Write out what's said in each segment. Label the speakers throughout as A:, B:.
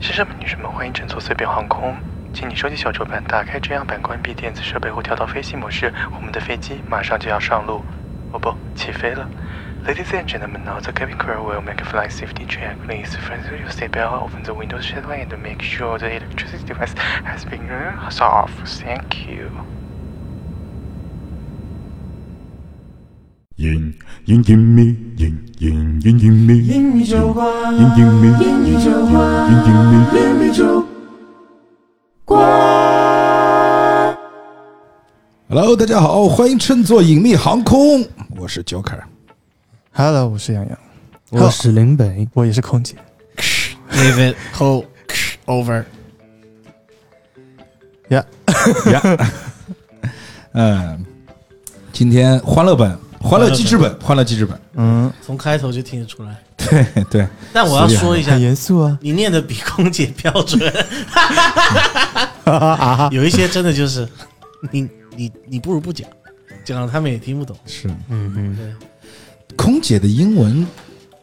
A: 是女士们，欢迎乘坐随便航空，请你收起小桌板，打开遮阳板，关闭电子设备或调到飞行模式。我们的飞机马上就要上路，哦不，起飞了。Ladies and gentlemen, now the cabin crew will make a flight safety check. Please fasten your seatbelt, open the window slightly, and make sure the electricity device has been turned off. Thank you.
B: 隐隐隐秘，隐隐隐隐秘，
C: 英语酒馆，
B: 隐隐秘，
C: 英语酒馆，
B: 隐隐秘。
C: 英语酒馆。
D: Hello，大家好，欢迎乘坐隐秘航空，我是 Joker。
C: Hello，我是杨洋，
E: 我是林北。
C: 我也是空姐。
E: Leave it whole over。
D: 嗯，今天欢乐本、欢乐记事本、欢乐记事 本，
C: 嗯，
E: 从开头就听得出来。
D: 对对，
F: 但我要说一下
C: 很，严肃啊。
F: 你念的比空姐标准，有一些真的就是你你你不如不讲，讲了他们也听不懂。
D: 是
E: 嗯嗯，
D: 空姐的英文。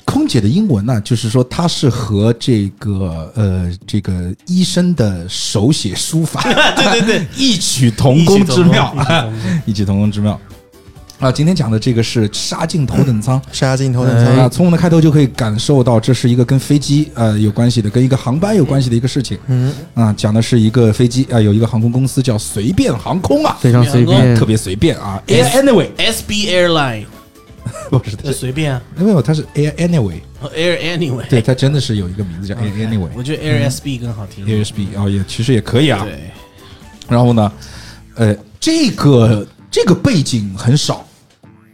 D: 空姐的英文呢、就是说她是和这个呃这个医生的手写书 法
F: 对对对，
D: 异曲同工之妙
F: 异曲，
D: 异曲同工之妙。啊，今天讲的这个是杀进头等舱，
C: 杀进头等
E: 嗯
D: 啊、
C: 舱。
D: 从我们的开头就可以感受到，这是一个跟飞机呃有关系的，跟一个航班有关系的一个事情
C: 嗯，
D: 啊、讲的是一个飞机啊、有一个航空公司叫随便航空啊，
E: 非常随便，
D: 特别随便啊，Air Anyway
F: SB Airline
D: 不是，它
F: 这
D: 是
F: 随便啊
D: 因为它是 Air Anyway，
F: 哦，Air Anyway。
D: 对，它真的是有一个名字叫 Air Anyway。
F: 我觉得 Air SB 更好听。
D: USB 啊、也其实也可以啊。
F: 哎对，
D: 然后呢，呃，这个这个背景很少，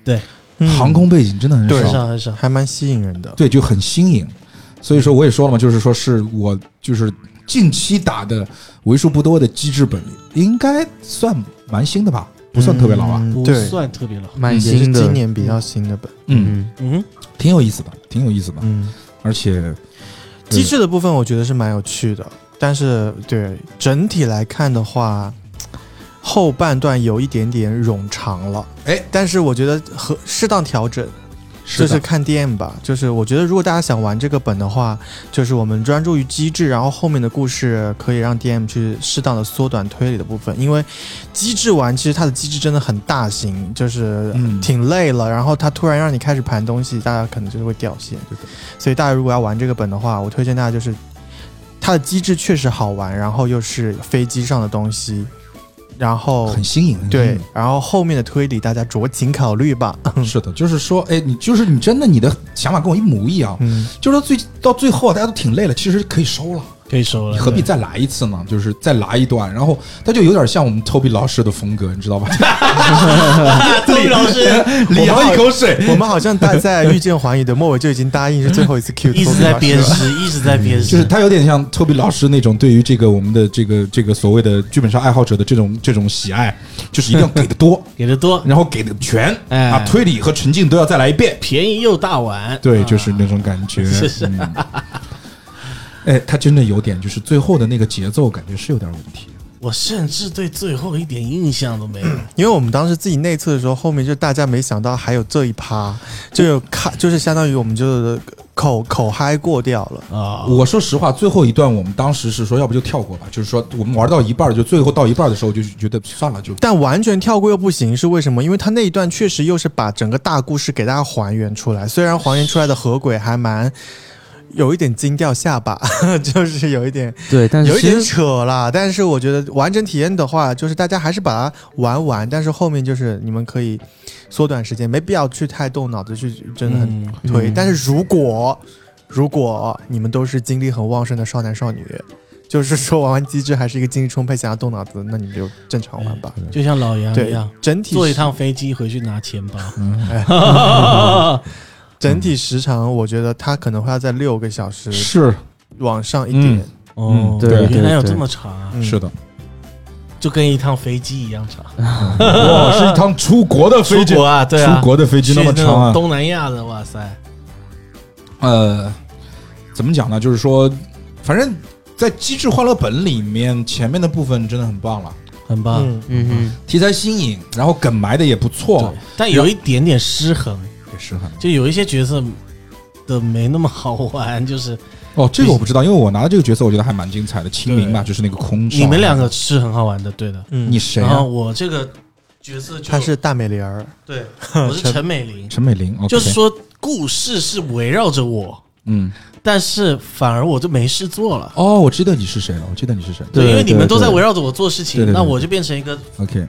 F: 对，
E: 嗯
D: 航空背景真的很
C: 嗯对
F: 很
D: 少，
F: 少很少。
C: 还蛮吸引人的。
D: 对，就很新颖。所以
C: 嗯
D: 说我也说了嘛，就是说是我就是近期打的为数不多的机制本，应该算蛮新的吧，不算特别老啊，
C: 嗯
F: 不
C: 对，
F: 算特别老。
E: 蛮
D: 嗯
C: 也是
E: 新的。
C: 今年比较新的本。
D: 嗯，
E: 嗯，
F: 嗯，
D: 挺有意思的，挺有意思的，
C: 嗯，
D: 而且对
C: 机制的部分我觉得是蛮有趣的，但是对整体来看的话，后半段有一点点冗长了。
D: 哎，
C: 但是我觉得和适当调整。
D: 是
C: 就
D: 的
C: 是看 DM 吧，就是我觉得如果大家想玩这个本的话，就是我们专注于机制，然后后面的故事可以让 DM 去适当的缩短推理的部分，因为机制玩其实它的机制真的很大型，就是
D: 嗯
C: 挺累了，然后它突然让你开始盘东西，大家可能就是会掉线。
D: 对的
C: 所以大家如果要玩这个本的话，我推荐大家就是它的机制确实好玩，然后又是飞机上的东西，然后
D: 很新颖，很
C: 对
D: 新，
C: 然后后面的推理大家酌情考虑吧。
D: 颖，是的，就是说，哎，你就是你真的你的想法跟我一模一样，
C: 嗯，
D: 就是说最到最后啊大家都挺累了，其实可以收了。
F: 可以
C: 嗯
F: 收了。
D: 你何必
F: 对
D: 再来一次呢？就是再来一段，然后他就有点像我们 Toby 老师的风格，你知道吧？
F: Toby 老师
D: 李阳一口水，
C: 我们好像大在遇见怀疑的末尾就已经答应是最后一次 Q，
F: 一直在鞭尸，一直在鞭
D: 就是
F: 尸。
D: 他有点像 Toby 老师那种对于这个我们的这个这个所谓的剧本杀爱好者的这种这种喜爱，就是一定要给 的多，
F: 给的多，
D: 然后给的全
F: 哎
D: 啊，推理和沉浸都要再来一遍。
F: 便宜又大碗。
D: 对，
F: 啊
D: 就是那种感觉。
F: 是是
D: 嗯哎，他真的有点，就是最后的那个节奏感觉是有点问题。
F: 我甚至对最后一点印象都没有。
C: 因为我们当时自己内测的时候，后面就大家没想到还有这一趴，就有看，就是相当于我们就是口口嗨过掉了。
F: 啊，
D: 我说实话，最后一段我们当时是说，要不就跳过吧，就是说我们玩到一半儿，就最后到一半儿的时候，就觉得算了，就
C: 但完全跳过又不行，是为什么？因为他那一段确实又是把整个大故事给大家还原出来，虽然还原出来的河鬼还蛮有一点惊掉下巴， 就是有一点
E: 对，但
C: 有
E: 是
C: 一
E: 其
C: 点
E: 实
C: 扯啦，但是我觉得完整体验的话，就是大家还是把它玩完，但是后面就是你们可以缩短时间，没必要去太动脑子去真的很推。
E: 嗯
C: 但是如果如果你们都是精力很旺盛的少男少女，就是说玩完机制还是一个精力充沛想要动脑子的，那你们就正常玩吧。
F: 就像老杨一
C: 对
F: 样，，
C: 整体
F: 坐一
C: 时
F: 趟飞机回去拿钱包。
C: 整体时长，我觉得它可能会要在六个小
D: 呃
C: 时
D: 是
C: 往上一点。
F: 哦，
E: 对对
F: 原来有
E: 对
F: 这么长啊，
C: 嗯
D: 是的，
F: 就跟一趟飞机一样长。
D: 哇，是一趟出国的飞
F: 出
D: 机
F: 国，啊，对啊，
D: 出国的飞机
F: 去
D: 那么长
F: 种
D: 啊，
F: 东南亚的，哇塞，
D: 呃，怎么讲呢？就是说，反正在《机智欢乐本》里面，前面的部分真的很棒了，
F: 很棒。
C: 嗯，
E: 嗯
D: 题材新颖，然后梗埋的也不错
F: 对，，但有一点点失衡，
D: 也是很
F: 就有一些角色的没那么好玩，就是
D: 哦，这个我不知道，因为我拿的这个角色，我觉得还蛮精彩的。清明嘛，就是那个空少。
F: 你们两个，是很好玩的，对的。
C: 嗯
D: 你谁
F: 然
D: 啊
F: 后？我这个角色就
C: 她是大美玲儿，
F: 对，我是陈美玲，
D: 陈美玲。
F: 就是，说故事是围绕着我，
D: 嗯，
F: 但是反而我就没事做了。
D: 哦，我知道你是谁了，我记得你是谁。
F: 因为你们都在围
D: 绕。
F: 绕着我做事
D: 对
F: 情，
D: 对对
F: 那我就变成一个
D: OK，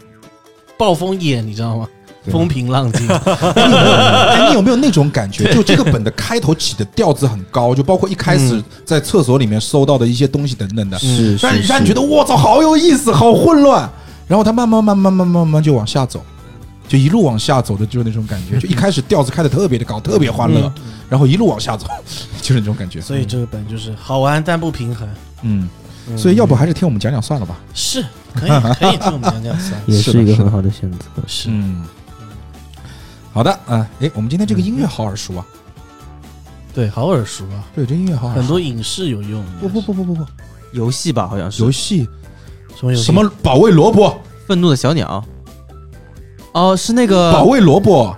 F: 暴风眼，你知道吗？
D: 对
F: 风平浪静，
D: 哎，你有没有那种 感觉？就这个本的开头起的调子很高，就包括一开始
F: 嗯
D: 在厕所里面搜到的一些东西等等的，
E: 是，
D: 让你让你觉得我操，好有意思， 好混乱。然后他慢慢慢慢慢慢慢慢就往下走，就一路往下走的，就是那种感
F: 嗯
D: 觉。就一开始调子开的特别的高，特别欢乐，然后一路往下走， 就是那种感觉。
F: 所以这个本就是好玩但不平衡。
D: 嗯，所以要不还是听我们讲讲算了吧。
F: 是可以可以听我们讲 讲算
E: 也是一个很好的选择。
F: 是
D: 嗯，好的啊，哎，我们今天
F: 嗯
D: 这个音乐好耳熟啊，
F: 对，好耳熟啊，
D: 对，这音乐好耳熟。
F: 很多影视有用。
D: 不不不不不不，
G: 游戏吧，好像是
D: 游戏
F: 什么游戏
D: 什么保卫萝卜，
G: 愤怒的小鸟。哦，是那个
D: 保卫萝卜，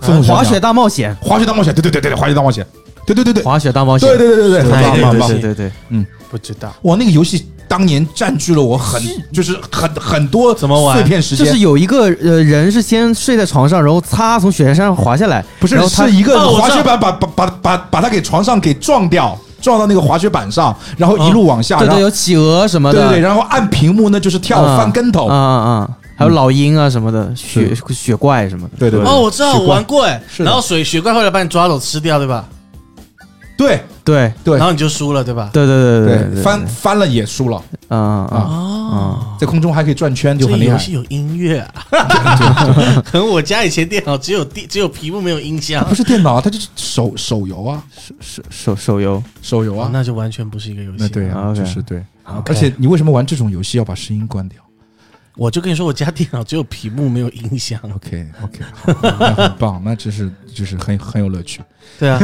D: 愤怒小
G: 滑
D: 鸟
G: 雪大冒险，
D: 滑雪大冒险，对对对对对，滑雪大冒险，对对对对。
G: 滑雪大冒险，
D: 对对对对对，很
G: 哎
D: 棒
G: 对
D: 棒
G: 对
D: 棒
G: 对！对对，
C: 不知道
D: 哇，那个游戏当年占据了我很，就是很很多
F: 怎么玩
D: 碎片时
G: 就
D: 间，
G: 是有一个呃人是先睡在床上，然后擦从雪山上滑下来，
D: 不是
G: 然后他
D: 是一个
F: 哦我
D: 滑
F: 知道
D: 雪板把把把把把他给床上给撞掉，撞到那个滑雪板上，然后一路往下，
G: 对
D: 然
G: 对
D: 后
G: 有企鹅什么
D: 对
G: 的，
D: 对对，然后按屏幕那就是跳
G: 嗯
D: 翻跟头
G: 啊，啊
E: 嗯
G: 啊，还有老鹰啊什么的，雪雪怪什么的，
D: 对对对
F: 哦，我知道，
D: 雪怪
F: 我玩过哎。
D: 是的
F: 然后水雪怪后来把你抓走吃掉，对吧？
D: 对
G: 对
D: 对
F: 然后你就输了，对吧？
G: 对对对对，
D: 翻翻了也输了，
G: 啊啊
F: 哦，
D: 在空中还可以转圈，就
F: 这
D: 很
F: 个
D: 厉
F: 游
D: 害。
F: 戏有音乐 啊，可能我家以前电脑只有地只有屏幕没有音
D: 它
F: 箱
D: 不，是电脑啊，它就是手手游啊，
G: 手手手游，
D: 手游
F: 哦
D: 啊。
F: 那就完全不是一个游戏。
D: 那对啊，
G: OK
D: 就是对。
F: OK，
D: 而且你为什么玩这种游戏要把声音关掉
F: 我就跟你说，我家电脑只有屏幕没有音箱。
D: ？OK OK，那很棒，那真是就是很很有乐趣，
F: 对啊，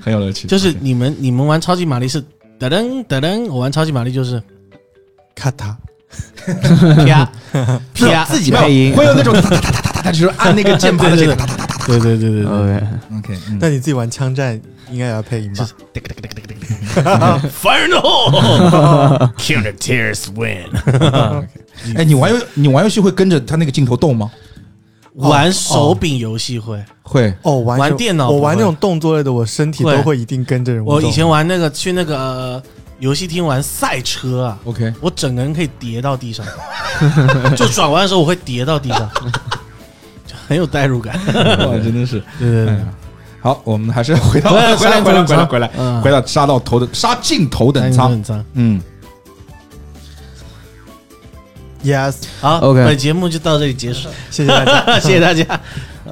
D: 很有乐趣。
F: 就是
D: OK
F: 你们你们玩超级玛丽是噔噔噔噔，我玩超级玛丽就是
C: 卡塔，
F: 啪
G: 是啊
F: 啪，
G: 自己配音
D: 会啊有那种哒哒哒哒哒哒哒，就是按那个键盘的这个哒哒哒哒。
F: 对对对对对，
G: ，OK，
D: OK，嗯
C: 那你自己玩枪战应该也要配音吧？
F: Fire in the hole，Kill the tears win。
D: 哎，你玩游你玩游戏会跟着它那个镜头动吗？
F: 玩手柄游戏会，
D: 会。
C: 哦，玩
F: 玩
C: 这种
F: 电脑
C: 我
F: 不
C: 玩
F: 会
C: 那种动作类的，我身体
F: 会
C: 都会一定跟着人动。
F: 我以前玩那个去那个呃游戏厅玩赛车啊，
D: OK，
F: 我整个人可以跌到地上， 就转弯的时候我会跌到地上， 就很有代入感。
D: 哇真的是。
F: 对对
D: 哎
F: 对
D: 呀，好，我们还是回到
F: 回来
D: 回来回来回来回
F: 回来
D: 来
F: 嗯
D: 回到杀到头等杀进头等舱。
F: 很脏。
D: 嗯，
C: Yes，
F: 好
G: OK
F: 本节目就到这里结束，
C: 谢谢大 家。
F: 谢谢大 家。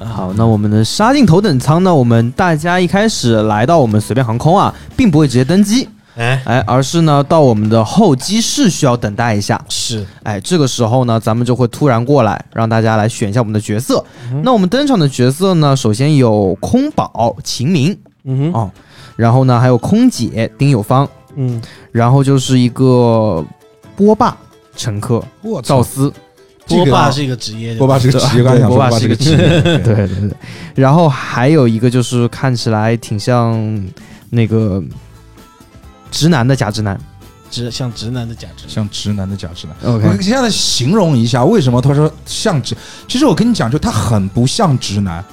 G: 好，那我们的杀进头等舱呢？我们大家一开始来到我们随便航空啊，并不会直接登机，
F: 哎，
G: 哎，而是呢到我们的候机室需要等待一下。
F: 是
G: 哎，这个时候呢，咱们就会突然过来，让大家来选一下我们的角色。
D: 嗯
G: 那我们登场的角色呢，首先有空宝秦明，
F: 嗯
G: 哦，然后呢还有空姐丁友芳，
F: 嗯，
G: 然后就是一个波霸乘客
D: 我
G: 赵
D: 操，
G: 思，
D: 这个
F: 波霸是一个职业的，
D: 波霸是个职业，刚才想说
G: 波霸
D: 是
G: 是
D: 个
G: 个
D: 职业，对
G: 对对对，然后还有一个就是看起来挺像那个直男的假直男。
F: 直像直男的假直
D: 像直男的假直男。我
G: OK，
D: 现在形容一下，为什么他说像直？其实我跟你讲，就他很不像直男，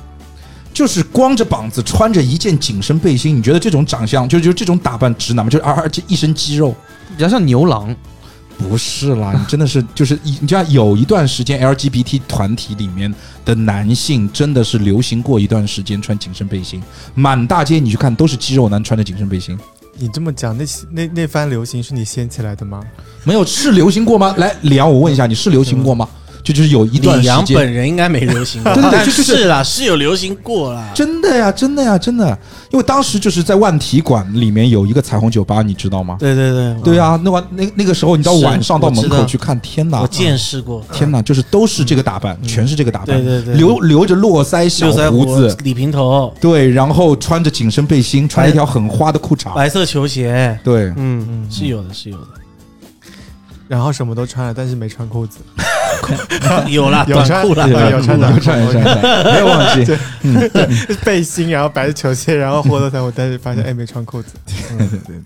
D: 就是光着膀子，穿着一件紧身背心。你觉得这种长相，就就这种打扮，直男吗？就而而且一身肌肉，
G: 比较像牛郎。
D: 不是啦，你真的是就是一，你知道有一段时间 LGBT 团体里面的男性真的是流行过一段时间穿紧身背心，满大街你去看都是肌肉男穿着紧身背心，
C: 你这么讲，那那那番流行是你掀起来的吗？
D: 没有是流行过吗？来，李阳，我问一下，你是流行过吗？就就是有一段
F: 李
D: 时
F: 阳
D: 间。
F: 本人应该没流行过，
D: 对对对
F: 但
D: 就是
F: 是啦，是有流行过啦。
D: 真的呀，真的呀，真的！因为当时就是在万体馆里面有一个彩虹酒吧，你知道吗？
F: 对对对，
D: 对呀、那晚那那个时候，你到
F: 是
D: 晚上到
F: 我知
D: 门口
F: 道
D: 去看，天
F: 我
D: 哪
F: 我！见识过。
D: 天哪，就是都是这个打扮，全是这个打扮，
F: 对对对
D: 留留着络腮小
F: 六腮胡
D: 胡子，
F: 李平头，
D: 对，然后穿着紧身背心，穿着一条很花的裤衩，
F: 白色球鞋，
D: 对，
C: 嗯
F: 嗯，是有的，是有的。
C: 然后什么都穿了，但是没穿裤子。
F: 有啦，
C: 有
F: 短
C: 穿
F: 裤啦，
C: 有
F: 短
C: 有
F: 裤
C: 穿
F: 啦
C: 短
D: 有穿有穿，有穿没有忘记。
C: 背心，然后白球鞋，然后活动衫，我但是发现哎没穿裤子，
D: 对对对，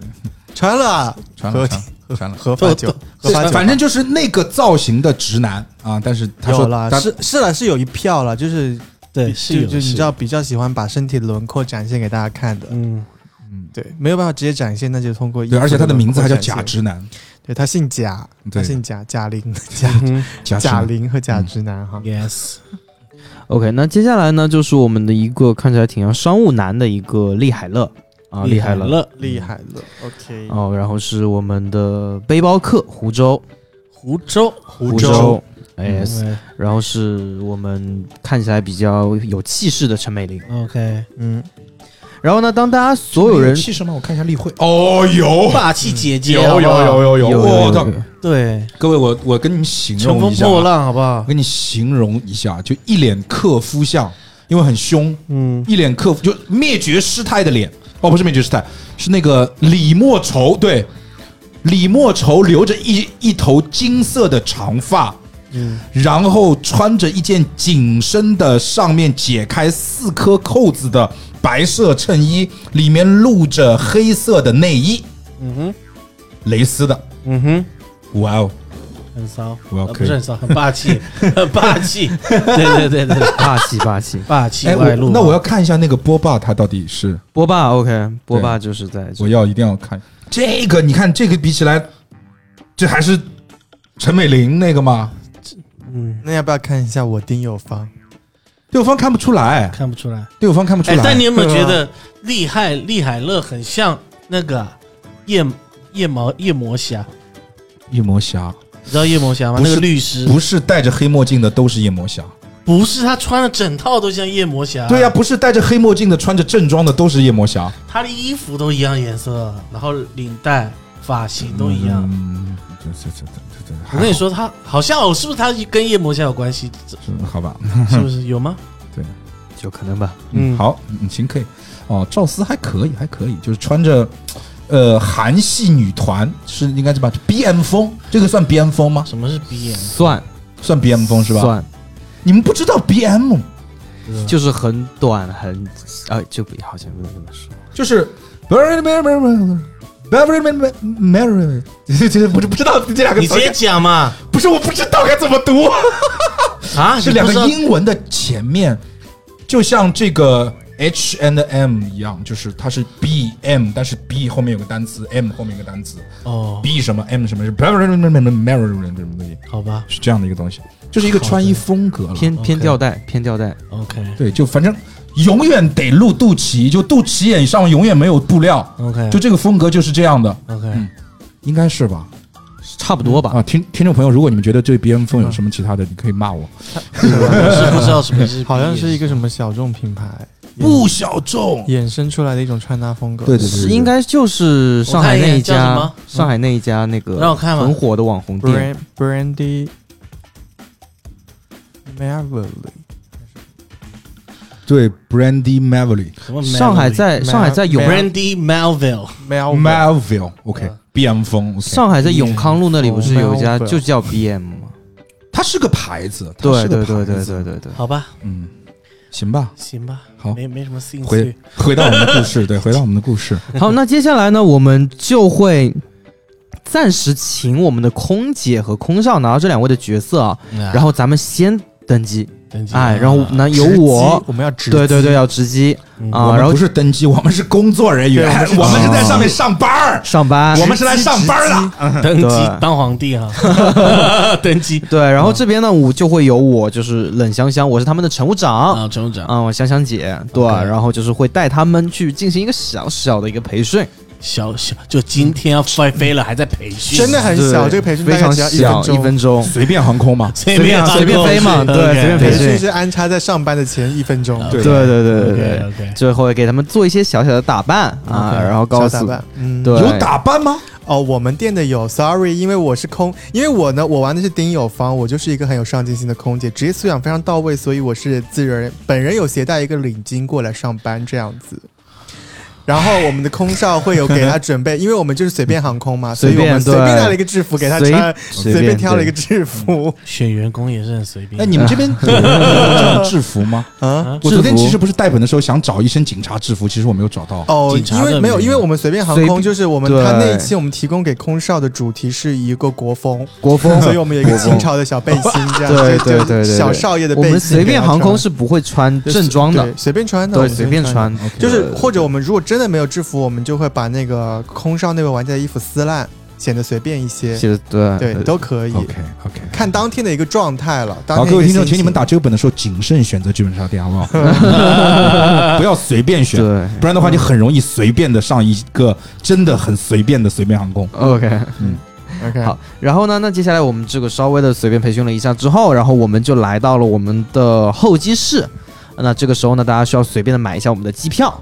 C: 穿了啊，
D: 穿
C: 合
D: 了
C: 体
D: 穿了穿了。
C: 合法酒，合法酒，
D: 反正就是那个造型的直男啊，但是他说
C: 有了，
D: 他
C: 是是了，是有一票了，就是
F: 对，
C: 就是
F: 有，
C: 就是你知
F: 有
C: 道比较喜欢把身体的轮廓展现给大家看的，
E: 嗯，
C: 对，没有办法直接展现，那就通过衣服
D: 对，而且他的名字还叫
C: 轮廓
D: 假
C: 展现，
D: 直男，
C: 对他姓贾，他
D: 对嗯
C: 姓贾，贾玲，
D: 假
C: 贾
D: 直
C: 贾
D: 男。
C: 玲和贾直男
D: 嗯
C: 哈，
F: yes，
G: OK，那接下来呢，就是我们的一个看起来挺像商务男的一个厉海乐啊，厉
F: 害
G: 海乐。
F: 了，
C: 厉害了，OK，
G: 哦，然后是我们的背包客湖州，
F: 湖州，
G: 湖
C: 州，
D: 嗯
G: 哎，然后是我们看起来比较有气势的陈美玲。
F: ，OK，
C: 嗯，
G: 然后呢，当大家所有人
D: 气势吗？我看一下例会。哦，有
F: 霸气姐姐，
D: 有有
F: 好不好
D: 有有
G: 有有
D: 我
G: 有
D: 操！
G: 有
F: 对，
D: 各位，我我跟你们形
F: 乘
D: 容
F: 风
D: 一下啊，
F: 破浪，好不好
D: 我？跟你形容一下，就一脸克夫相，因为很凶，嗯，一脸克夫，就灭绝师太的脸。哦，不是灭绝师太，是那个李莫愁，对，李莫愁留着一一头金色的长发，嗯，然后穿着一件紧身的上面解开四颗扣子的白色衬衣，里面露着黑色的内衣，嗯哼，蕾丝的，
F: 嗯哼，
D: 哇哦，
F: 很骚，
D: 我要
F: 呃
D: 可
F: 不
D: 以
F: 是很骚，很霸气， 很霸气，对对对对，
G: 霸气霸气，
F: 霸气
D: 哎，
F: 外
D: 我
F: 露。啊
D: 那我要看一下那个波霸他到底是。
G: 波霸 OK，波霸就是在这
D: 我要一定要看这个。你看这个比起来，这还是陈美玲那个吗？
F: 嗯
C: 那要不要看一下我丁有方？
D: 对方看不出来，
F: 看不出来。
D: 对方看不出
F: 哎
D: 来。，
F: 但你有 没有觉得厉害厉海乐很像那个啊夜夜毛夜魔侠？
D: 夜魔侠
F: 你知道夜魔侠吗？
D: 不
F: 那
D: 是
F: 个律师
D: 不是戴着黑墨镜的都是夜魔侠。
F: 不是他穿的整套都像夜魔侠，
D: 对呀、不是戴着黑墨镜的穿着正装的都是夜魔侠。
F: 他的衣服都一样颜色，然后领带、发型都一样。
D: 嗯，这这这这这，
F: 我跟你说，他好像哦，是不是他跟夜魔侠有关系？
D: 还好，好吧，
F: 是不是有吗？
G: 就可能吧。
D: 嗯，好，嗯，行，可以。哦，赵思还可以，还可以，就是穿着。呃，韩系女团是应该是吧？BM 风，这个算 BM 风吗？
F: 什么是 B M？
G: 算
D: 算 BM 风是吧？
G: 算，
D: 你们不知道 BM，
G: 就是很短很啊，就不好像不能这么说。
D: 就是 Beverly Beverly Beverly Beverly，这不是不知道这两个
F: 你
D: 词
F: 直，接讲嘛
D: 不是我不知道该怎么读，
F: 啊！
D: 是
F: 你
D: 两
F: 不知道
D: 个英文的前面，就像这个 H and M 一样，就是它是 B M，但是 B 后面有个单词，M 后面有个单词
F: 哦，
D: ，B 什么 M 什么是 Beverly Beverly，
F: 好吧
D: 是这样的一个东西，就是一个穿衣风格了。
G: 偏偏
F: OK
G: 吊带，偏吊带。
F: ，OK
D: 对，就反正永远得露肚脐，就肚脐眼上永远没有布料，
F: OK
D: 就这个风格就是这样的，嗯
F: OK，
D: 应该是吧？
G: 差不多吧。
D: 啊，听听众朋友，如果你们觉得对 BM 风有什么其他的，你可以骂我。
F: 我是不知道什么 是 B M，
C: 好像是一个什么小众品牌
D: 不小众，
C: 衍生出来的一种穿搭风格，
D: 对对
G: 是
D: 对，
G: 应该就是上海那一
F: 我看一眼叫什
G: 家
F: 么，嗯
G: 上海那一家那个
F: 让我看吧
G: 很火的网红店，
C: ，Brand Brandy Beverly，
D: 对 Brandy Melville
F: 什么 Melville
G: 上海在
C: Melville
G: 上海在永
F: Brandy Melville，
C: Melville
D: Melville OK BM 风，OK，
G: 上海在永康路那里不是有一家
C: Melville
G: 就叫 BM 吗？
D: 它是个牌子，它
F: 哦
G: 对
D: 是个
G: 对对
D: 牌
G: 对
D: 子
G: 对，对对。
F: 好吧，
D: 嗯，行吧，
F: 行吧，
D: 好
F: 没没什么
G: 嗯
F: 兴
D: 回
F: 趣。
D: 回到我们的故 事，对，回到我们的故事，
G: 好，那接下来呢，我们就会暂时请我们的空姐和空少拿到这两位的角色啊，然
F: 然
G: 后咱们先登机，
F: 登啊记
G: 哎，然后那由
C: 直击
G: 我，
C: 我们要直
G: 对对对，要值机
D: 我
C: 嗯
G: 啊，
D: 们
G: 然后
D: 不是登机，我们是工作人员，我们是
G: 啊
D: 在上面上班儿，
G: 上班，
D: 我们是来上班儿的。
G: 啊
F: 登基
G: 对
F: 当皇帝 哈，登基
G: 对，然
C: 嗯
G: 后这边呢，我就会有我就是冷香香，我是他们的乘务长，
F: 啊，乘务长，
G: 嗯，香香姐，对
F: OK
G: 然后就是会带他们去进行一个小小的一个培训，
F: 小小就今天要飞飞了，还在培训，
C: 真的很小，
G: 对
C: 这个培训
G: 非
C: 大概
G: 常
C: 只要
G: 小，
C: 一
G: 一分
C: 分钟。
G: 钟，
D: 随便航空嘛，
F: 随
G: 便
F: 便
G: 随便飞嘛对随便
C: 培
G: 飞
C: 训是安插在上班的前一分钟，
D: 对
G: 对对对对对
F: OK
G: 对，
F: OK，
G: 最后会给他们做一些小小的打扮啊，然后告
C: 小打
G: 诉
C: 扮，嗯，
G: 对
D: 有打扮吗？
C: 哦，我们店的有，sorry，因为我是空，因为我呢，我玩的是丁有方，我就是一个很有上进心的空姐，职业素养非常到位，所以我是自人本人有携带一个领巾过来上班这样子。然后我们的空少会有给他准 备，因为我们就是随便航空嘛，所
G: 随
C: 以我
G: 便
C: 们随
G: 对
C: 便带了一个制服给他
G: 随
C: 穿，
G: 随
C: 随
G: 便
C: 便挑了一个
G: 对
C: 制服
F: 选员工也是很随便。
D: 哎，你们这边有这种制服吗？
G: 嗯
C: 啊。
D: 我昨天
G: 制服
D: 其实不是带本的时候想找一身警察制服，其实我没有找到。
C: 哦，
F: 警察
C: 因为
F: 的
C: 没有，
F: 名
C: 因为我们随便航
G: 随
C: 空
G: 便
C: 就是我们
G: 对
C: 他那一期我们提供给空少的主题是一个国风，
G: 国风，
C: 所以我们有一个
G: 国风
C: 清朝的小背 心，这样
G: 对
C: 就
G: 对
C: 就
G: 对对对
C: 小少爷的背
G: 我
C: 心。
G: 们随便航空是不会穿
C: 就是
G: 正装的
C: 对，随便穿的，我
G: 对，
C: 们
G: 随便
C: 穿的。
G: 穿，
C: 就是或者我们如果真的没有制服，我们就会把那个空少那位玩家的衣服撕烂，显得随便一些。
G: 其实对
C: 对，都可以。
D: OK OK。
C: 看当天的一个状态了。当
D: 好，
C: 天
D: 各位听众，
C: 一个心情
D: 请你们打这个本的时候谨慎选择剧本杀店，好不好？ 不要随便选，
G: 对
D: 不然的话你很容易随便的上一个真的很随便的随便航空。
G: ，OK。
D: 嗯
C: OK
G: 好然后呢，那接下来我们这个稍微的随便培训了一下之后，然后我们就来到了我们的候机室。那这个时候呢，大家需要随便的买一下我们的机票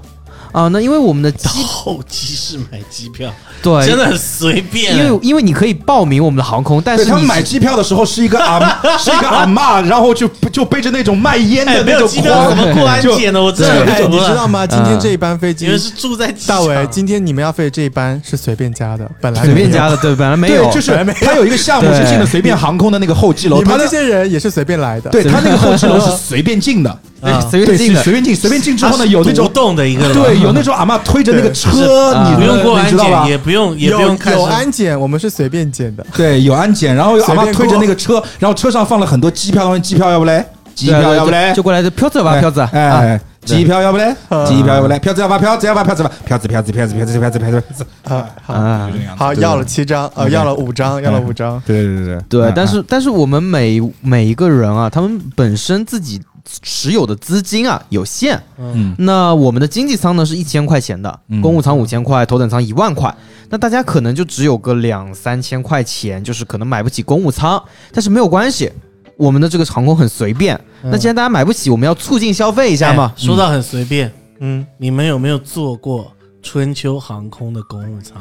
G: 啊、那因为我们的
F: 到
G: 机
D: 哦
F: 候机室买机票，
G: 对，
F: 真的很随便。
G: 因为因为你可以报名我们的航空，但
D: 对
G: 是
D: 他们
G: 你
D: 买机票的时候是一个阿是一个阿嬷，然后就就背着那种卖烟
F: 哎，
D: 的
F: 没有
D: 那种
F: 机票
D: 狂
F: 怎么过安
D: 就
F: 检呢？我真
C: 对
F: 的
C: 哎
F: 服
C: 你知
F: 了。
C: 道吗？今
G: 嗯
C: 天这一班飞机
F: 你，们是住在机
C: 大
F: 场
C: 伟，今天你们要飞的这一班是随便加的，本来
G: 随便
C: 没有
G: 加。的，对，本来没有，
D: 对，就是他有一个项目是进了随便航空的那个候机楼，
C: 你
D: 他
C: 们
D: 的
C: 这些人也是随便来的，
D: 对他那个候机楼是随便进的，
G: 对啊随
D: 对，
G: 便进
D: 是
G: 的，
D: 随便进，随便进之后
F: 它
D: 呢，
F: 是
D: 有那
F: 独
D: 种
F: 栋的一个楼，
D: 对，有那种阿嬷推着那个
F: 是啊
D: 车，你
F: 不用过
D: 你
F: 安
D: 知道吧
F: 检，？也不用也
C: 有
F: 不用看
C: 有
F: 身份
C: 安检，我们是随便检的。
D: 对，有安检，然后有阿
C: 随
D: 嬷
C: 便
D: 推着
C: 过
D: 那个车，然后车上放了很多机票，他们机票要不嘞？机
G: 对对
D: 票
G: 对
D: 要不嘞？
G: 就过来就飘走吧，
D: 哎
G: 飘子，啊，
D: 哎，机票要不嘞？
C: 啊
D: 机票要不嘞？票子要吧，票子要吧，票子吧，票子票子票子票子票子票子票子，
C: 啊，好，
G: 啊
D: 就这个样子
C: 好，
D: 对
C: 要了七张，呃，
D: OK 嗯
C: 要了五张，要了五张。
D: 对对对对
G: 对
D: 嗯，
G: 但是
D: 嗯
G: 但是我们每每一个人啊，他们本身自己持有的资金啊有限，
D: 嗯
G: 那我们的经济舱呢是一千块钱的
D: 嗯，
G: 公务舱五千块，头等舱一万块，那大家可能就只有个两三千块钱，就是可能买不起公务舱，但是没有关系。我们的这个航空很随便，那既然大家买不起，我们要促进消费一下嘛
F: 哎。说到很随便，
C: 嗯，
F: 你们有没有坐过春秋航空的公务舱？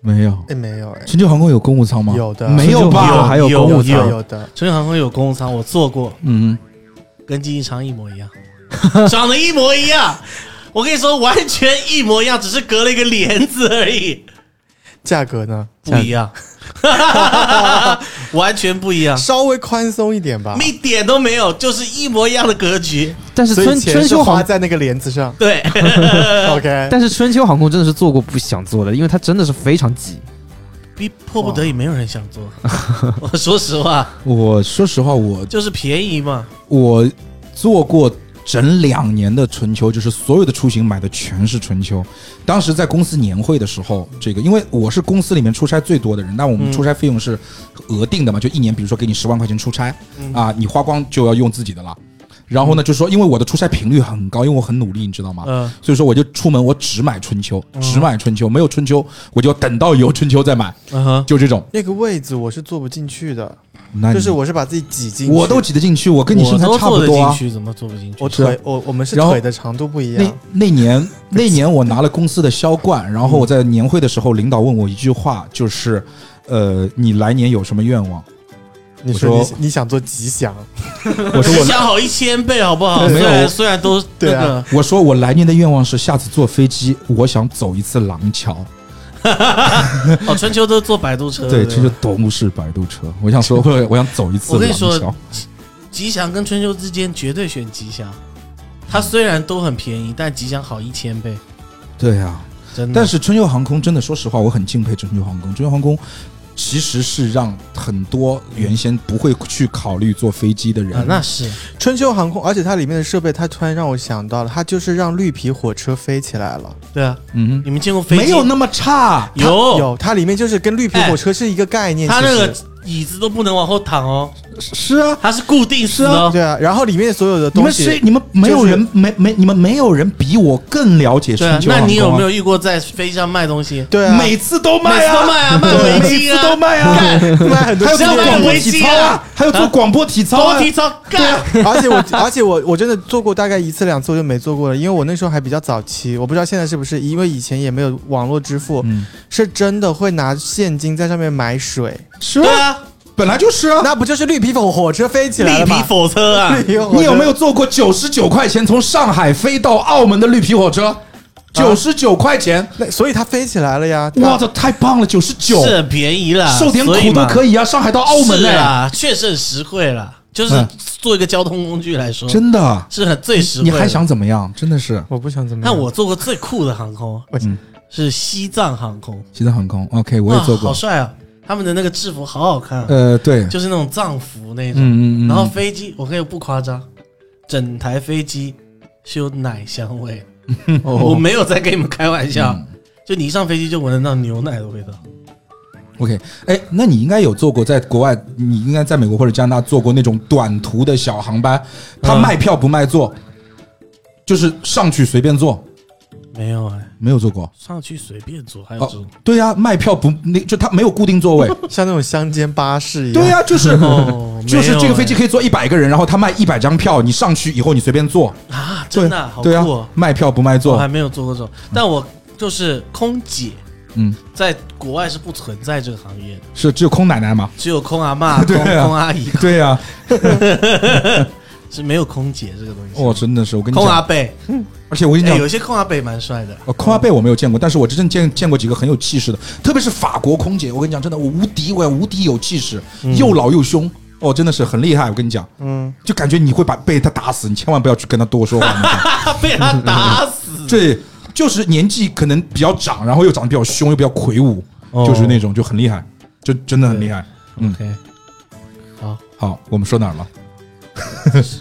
D: 没有，
C: 哎，没有，哎，
D: 春秋航空有公务舱吗？
C: 有的，
D: 没有吧？
G: 还有
F: 有
G: 公
C: 有
G: 务舱
C: 的，有的。
F: 春秋航空有公务舱，我坐过，
D: 嗯，
F: 跟经济舱一模一样，长得一模一样。我跟你说，完全一模一样，只是隔了一个帘子而已，
C: 价格呢，
F: 不一样，完全不一样，
C: 稍微宽松一点吧。
F: 一点都没有，就是一模一样的格局。
G: 但是
C: 所
G: 春
C: 以钱
G: 春
C: 是
G: 秋
C: 花
G: 航，
C: 在那个帘子上。
F: 对，
C: OK，
G: 但是春秋航空真的是做过不想做的，因为它真的是非常挤。
F: 逼迫不得已，没有人想坐。我说实话，
D: 我说实话，我
F: 就是便宜嘛。
D: 我做过整两年的春秋，就是所有的出行买的全是春秋。当时在公司年会的时候，这个因为我是公司里面出差最多的人，那我们出差费用是额定的嘛，就一年，比如说给你十万块钱出差啊，你花光就要用自己的了。然后呢，就说因为我的出差频率很高，因为我很努力，你知道吗？
F: 嗯，
D: 所以说我就出门我只买春秋，只买春秋，没有春秋我就等到有春秋再买，
F: 嗯哼，
D: 就这种。
C: 那个位子我是坐不进去的，
D: 那
C: 就是
D: 你
C: 我是把自己挤进去，
D: 我都挤得进去，我跟你身材
F: 我都
D: 差
F: 坐
D: 不
F: 得
D: 多啊
F: 进。去，怎么坐不进去？
C: 我
D: 是啊
C: 腿我我们是
D: 然后
C: 腿的长度不一
D: 那
C: 样，
D: 那年那年我拿了公司的销冠，然后我在年会的时候，领导问我一句话，就是，呃，你来年有什么愿望？
C: 你
D: 我
C: 说
D: 说
C: 你你想做吉祥，
D: 我说
F: 吉
D: 我
F: 祥好一千倍，好不好？
D: 对
F: 虽
D: 没有
F: 然虽然都
C: 对啊
F: 那个，
D: 我说我来年的愿望是下次坐飞机，我想走一次廊桥。
F: 哦，春秋都坐摆渡车。
D: 对，
F: 不
D: 这就都是摆渡车。我想说，我我想走一次
F: 我跟你
D: 廊
F: 说
D: 桥。，
F: 吉祥跟春秋之间绝对选吉祥。它虽然都很便宜，但吉祥好一千倍，
D: 对呀、
F: 真的。
D: 但是春秋航空真的，说实话，我很敬佩春秋航空。春秋航空其实是让很多原先不会去考虑坐飞机的人，
F: 啊，那是
C: 春秋航空，而且它里面的设备，它突然让我想到了，它就是让绿皮火车飞起来了。
F: 对啊。
D: 嗯
F: 你们见过
D: 哼，
F: 飞机？
D: 没有那么差。
F: 有哎
C: 有，它里面就是跟绿皮火车是一个概念。
F: 它
C: 其
F: 那
C: 实
F: 个椅子都不能往后躺哦，
D: 是啊，
F: 它是固定式的哦。
C: 对啊，然后里面所有的
D: 你
C: 东
D: 们谁？
C: 西，
D: 你们没有
C: 就是
D: 人没没你们没有人比我更了解
F: 对啊
D: 春，秋
F: 那你
D: 航
F: 有
D: 空啊
F: 没有遇过在飞机上卖东西？
C: 对啊，
D: 每次都
F: 每
D: 卖
F: 次都
D: 啊，
F: 卖啊，卖
D: 对
F: 围
D: 每
F: 巾
D: 次
F: 啊，
D: 都卖啊，
C: 卖很多
D: 还有
F: 只要
D: 做
F: 卖
D: 广播
F: 围
D: 体
F: 巾
D: 操啊
F: 啊，
D: 还有做广播体操
F: 多
D: 啊
F: 体。操干。
C: 而且我，而且我，我真的做过大概一次两次，我就没做过了，因为我那时候还比较早期，我不知道现在是不是，因为以前也没有网络支付，
D: 嗯，
C: 是真的会拿现金在上面买水，
D: 是
F: 对
D: 啊，
F: 啊，
D: 本来就是啊。
C: 那不就是绿皮火火车飞起来
F: 绿
C: 了
F: 皮
C: 吗？哎
F: 火车啊
C: 绿，皮火车
D: 你有没有坐过九十九块钱从上海飞到澳门的绿皮火车？九十九块钱，
C: 那所以它飞起来了呀。它
D: 哇，这太棒了，九十九，
F: 是便宜了，
D: 受点苦都可
F: 以
D: 以啊！上海到澳门
F: 是
D: 呢，
F: 啊，确实很实惠了。就是
D: 嗯
F: 做一个交通工具来说，
D: 真的，
F: 是很最实惠
D: 你
F: 的。
D: 还想怎么样？真的是
C: 我不想怎么
F: 那
C: 样。
F: 我坐过最酷的航空
D: 嗯
F: 是西藏航空，
D: 西藏航空，OK，我也做
F: 哇
D: 过
F: 好，帅啊！他们的那个制服好好看啊，
D: 呃，对，
F: 就是那种藏服那种。
D: 嗯嗯嗯，
F: 然后飞机，我可以不夸张，整台飞机是有奶香味，
D: 哦
F: 我没有在跟你们开玩笑，
D: 嗯
F: 就你一上飞机就闻得到牛奶的味道。
D: OK，哎，那你应该有做过在国外，你应该在美国或者加拿大做过那种短途的小航班，他
F: 嗯
D: 卖票不卖座，就是上去随便坐，
F: 没有哎，
D: 没有做过。
F: 上去随便坐，还有这
D: 哦
F: 种，
D: 对呀、卖票不那就他没有固定座 位，
C: 像那种乡间巴士一样。
D: 对呀、就是、
F: 哦
D: 就是这个飞机
F: 没
D: 可以坐一百个人，然后他卖一百张票，你上去以后你随便坐，
F: 有哎啊，真的啊好酷
D: 对啊呀、
F: 哦！
D: 卖票不卖
F: 我
D: 座
F: 还，没有做过这种，但我就是空姐，
D: 嗯，
F: 在国外是不存在这个行业的，
D: 是只有空奶 奶嘛？
F: 只有空阿嬷、
D: 对
F: 空
D: 啊
F: 空阿姨
D: 对呀、
F: 是没有空姐这个东西。
D: 哦，真的是我跟你
F: 空阿
D: 讲，
F: 贝，
D: 而且我 跟你
F: 哎，
D: 讲，
F: 有些空阿贝蛮帅的，
D: 哦，空阿贝我没有见过，但是我真正见见过几个很有气势的，特别是法国空姐，我跟你讲，真的，我无敌，我无敌有气势，又老又凶，哦，真的是很厉害，我跟你讲，嗯，就感觉你会把被他打死，你千万不要去跟他多说话，你知道吗
F: 他被他打死。
D: 对，就是年纪可能比较长，然后又长得比较凶，又比较魁梧，就是那种就很厉害，就真的很厉害。 嗯
F: OK，好，
D: 好，我们说哪儿了？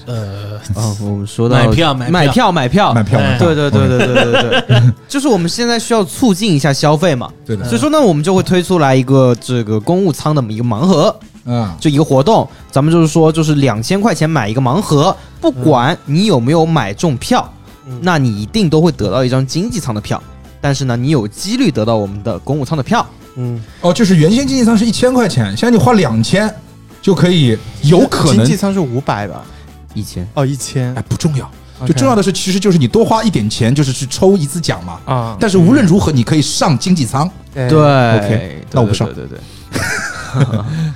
F: 呃，
G: 哦，我们说
F: 买票买票
G: 买票买票
D: 买票，买票
G: 哦哎对对对对对对对，就是我们现在需要促进一下消费嘛，
D: 对的，
G: 所以说呢，我们就会推出来一个这个公务舱的一个盲盒，
D: 嗯，
G: 就一个活动，咱们就是说，就是两千块钱买一个盲盒，不管你有没有买中票，
F: 嗯
G: 那你一定都会得到一张经济舱的票。但是呢，你有几率得到我们的公务舱的票，
F: 嗯，
D: 哦，就是原先经济舱是一千块钱，现在你花两千就可以，有可能
C: 经济舱是五百吧？
G: 一千。
C: 哦，一千
D: 哎。不重要。
C: OK
D: 就重要的是，其实就是你多花一点钱，就是去抽一次奖嘛。
C: 啊，哎
D: 但是无论如何，你可以上经济舱。
C: 对
G: 对
D: ，OK，那我不上
G: 对对对对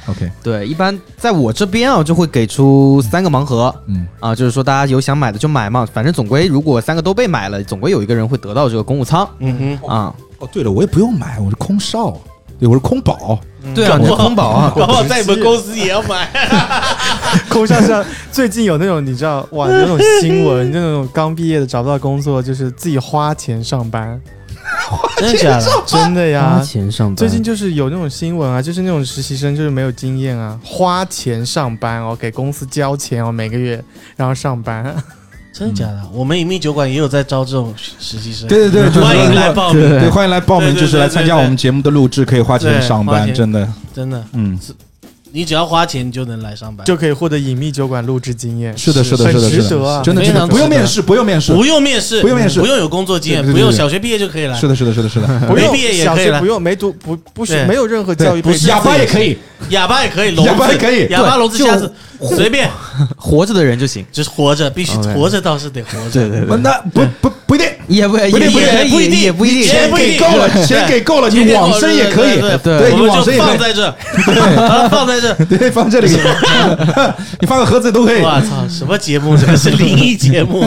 D: OK，
G: 对，一般在我这边啊，就会给出三个盲盒
D: 嗯，
G: 啊，就是说大家有想买的就买嘛，反正总归如果三个都被买了，总归有一个人会得到这个公务舱
F: 嗯哼，
G: 啊。
D: 哦，对了，我也不用买，我是空少，对，我是空保。
G: 对啊，你是空保啊，
F: 搞不好在你们公司也要买。
C: 空上上最近有那种你知道哇，有那种新闻，就那种刚毕业的找不到工作，就是自己花钱上班，
F: 真的假的？
C: 真的呀。
G: 钱上班
C: 最近就是有那种新闻啊，就是那种实习生就是没有经验啊，花钱上班哦，给公司交钱哦，每个月然后上班，
F: 真的假的？我们隐秘酒馆也有在招这种实习生，
D: 对对对，就是
F: 欢迎来报名，
D: 对，欢迎来报名，
F: 对对
D: 就是来参加我们节目的录制，可以花钱上
F: 对花
D: 班，
F: 钱
D: 真的，
F: 真的，
D: 嗯，
F: 你只要花钱你就能来上班，
C: 就可以获得隐秘酒馆录制经验，
D: 是的，是的，
C: 很
D: 是的，
C: 值
D: 是
C: 得
D: 的，
C: 啊
D: 真的，
F: 非
D: 真的，
F: 常
D: 不
F: 值
D: 用
F: 得
D: 面试，不用面试，
F: 不用面试，
D: 不用面试
F: 不用有工作经验，
D: 对对对
F: 不用
D: 对
F: 小学毕业就可以来
D: 是。的，是的，是的，是的，
C: 不用
F: 没毕业也
C: 小
F: 可以
C: 学
F: 了
C: 不用没读不不学
F: 对
C: 没有任何
D: 对
C: 教育背景，
D: 哑巴也可以，
F: 哑巴也可以，聋子
D: 哑巴也可以
F: 哑巴聋子
G: 对
F: 瞎子随便，
G: 活着的人就行。
F: 就是活着，必须活着倒是得活着。
G: 对对对，
D: 那不不不一定，
G: 也不也
D: 不一定不一定
G: 也
F: 不一定
G: 也不一定，
F: 钱不一定
D: 给够了，钱给够了，你往生也可以，
F: 对
G: 对
F: 我
D: 对，你
F: 们
D: 往
F: 就
D: 生也可
F: 放
D: 以，
F: 在这，把它 放在这。
D: 对，放这里， 你放个盒子都可以。
F: 我操，什么节目？这个是灵异节目，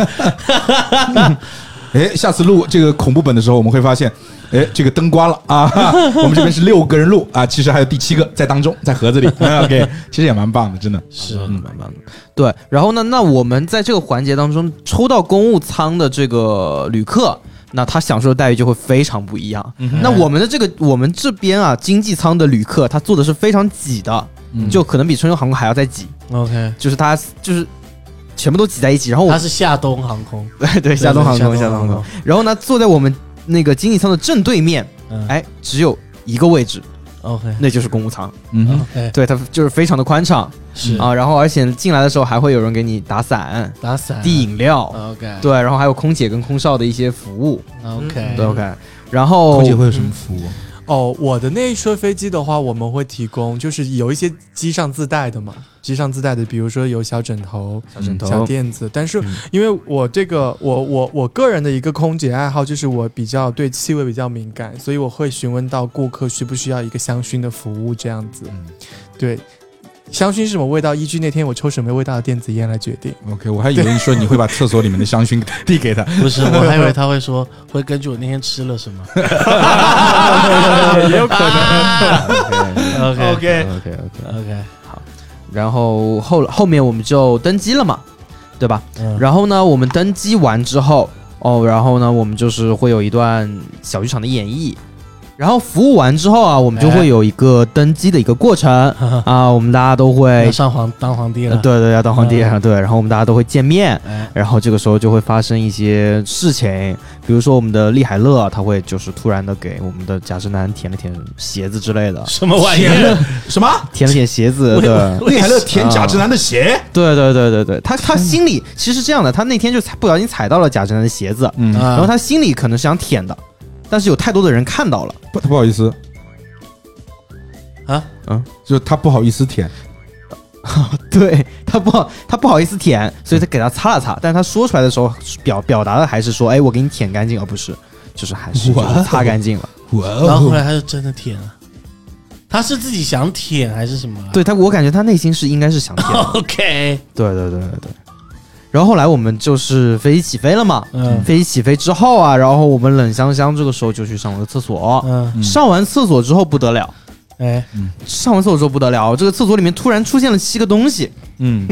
D: 哎，下次录这个恐怖本的时候，我们会发现，哎，这个灯关了啊！ 我们这边是六个人录啊，其实还有第七个在当中，在盒 子里。OK，其实也蛮棒的，真的。
F: 是
G: 对，然后呢，那我们在这个环节当中抽到公务舱的这个旅客。那他享受的待遇就会非常不一样。那我们的这个，我们这边啊，经济舱的旅客，他坐的是非常挤的，就可能比春秋航空还要再挤，
F: OK。
G: 就是他就是全部都挤在一起。然后我
F: 它是夏东航空，
G: 对对，夏东航空，夏东航空。然后呢，坐在我们那个经济舱的正对面，
F: 嗯
G: 哎，只有一个位置，
F: ，OK
G: 那就是公务舱。
D: 嗯哼，
F: OK，
G: 对，它就是非常的宽敞
F: 是嗯
G: 啊。然后而且进来的时候还会有人给你打伞、
F: 打伞
G: 递饮料，
F: ，OK
G: 对，然后还有空姐跟空少的一些服务，
F: OK，
G: 对 OK。然后
D: 空姐会有什么服务？
C: 哦，我的那一车飞机的话，我们会提供，就是有一些机上自带的嘛，机上自带的，比如说有小枕头、
G: 小枕头嗯
C: 小垫子。但是因为我这个，我我我个人的一个空姐爱好，就是我比较对气味比较敏感，所以
G: 嗯
C: 我会询问到顾客需不需要一个香薰的服务这样子。对，香薰是什么味道，依据那天我抽什么味道的电子烟来决定。
D: OK，我还以为你说你会把厕所里面的香薰递给他，
F: 不是，我还以为他会说会根据我那天吃了什 么。
G: 也有可能。
F: OK OK
G: OK OK，
F: OK，
G: 然后后后面我们就登机了嘛，对吧？
F: 嗯
G: 然后呢，我们登机完之后，哦，然后呢，我们就是会有一段小剧场的演绎。然后服务完之后啊，我们就
F: 哎
G: 会有一个登机的一 个过程、啊，我们大家都会
F: 要上皇当皇帝
G: 呃
F: 了。，
G: 对对，要当皇帝
F: 嗯
G: 对，然后我们大家都会见面，
F: 哎，
G: 然后这个时候就会发生一些事情，比如说我们的厉海乐，他会就是突然的给我们的贾志南舔了舔鞋子之类的，
F: 什么玩意儿？
D: 什么？
G: 舔了舔鞋子，对，
D: 厉害了，舔贾直男的鞋，
G: 对对对对对，他他心里其实是这样的，他那天就踩不小心踩到了贾志南的鞋子，
F: 啊
D: 嗯
G: 啊然后他心里可能是想舔的，但是有太多的人看到了，
D: 不，他不好意思
F: 啊
G: 啊，
D: 就他不好意思舔，
G: 对他不好他不好意思舔，所以他给他擦了擦，但是他说出来的时候表表达的还是说，哎，我给你舔干净，而不是就是还是就
D: 哇
G: 是擦干净了。
D: 哇
F: 然后后
D: 哦，
F: 来他就真的舔了。他是自己想舔还是什么啊？
G: 对他，我感觉他内心是应该是想舔
D: 哦
G: 的。
F: ，OK，
G: 对对对对对。然后后来我们就是飞机起飞了嘛，
F: 嗯
G: 飞机起飞之后啊，然后我们冷香香这个时候就去上了个厕所。
F: 嗯，
G: 上完厕所之后不得了，
F: 哎，
G: 上完厕所之后不得了，这个厕所里面突然出现了七个东西，
D: 嗯，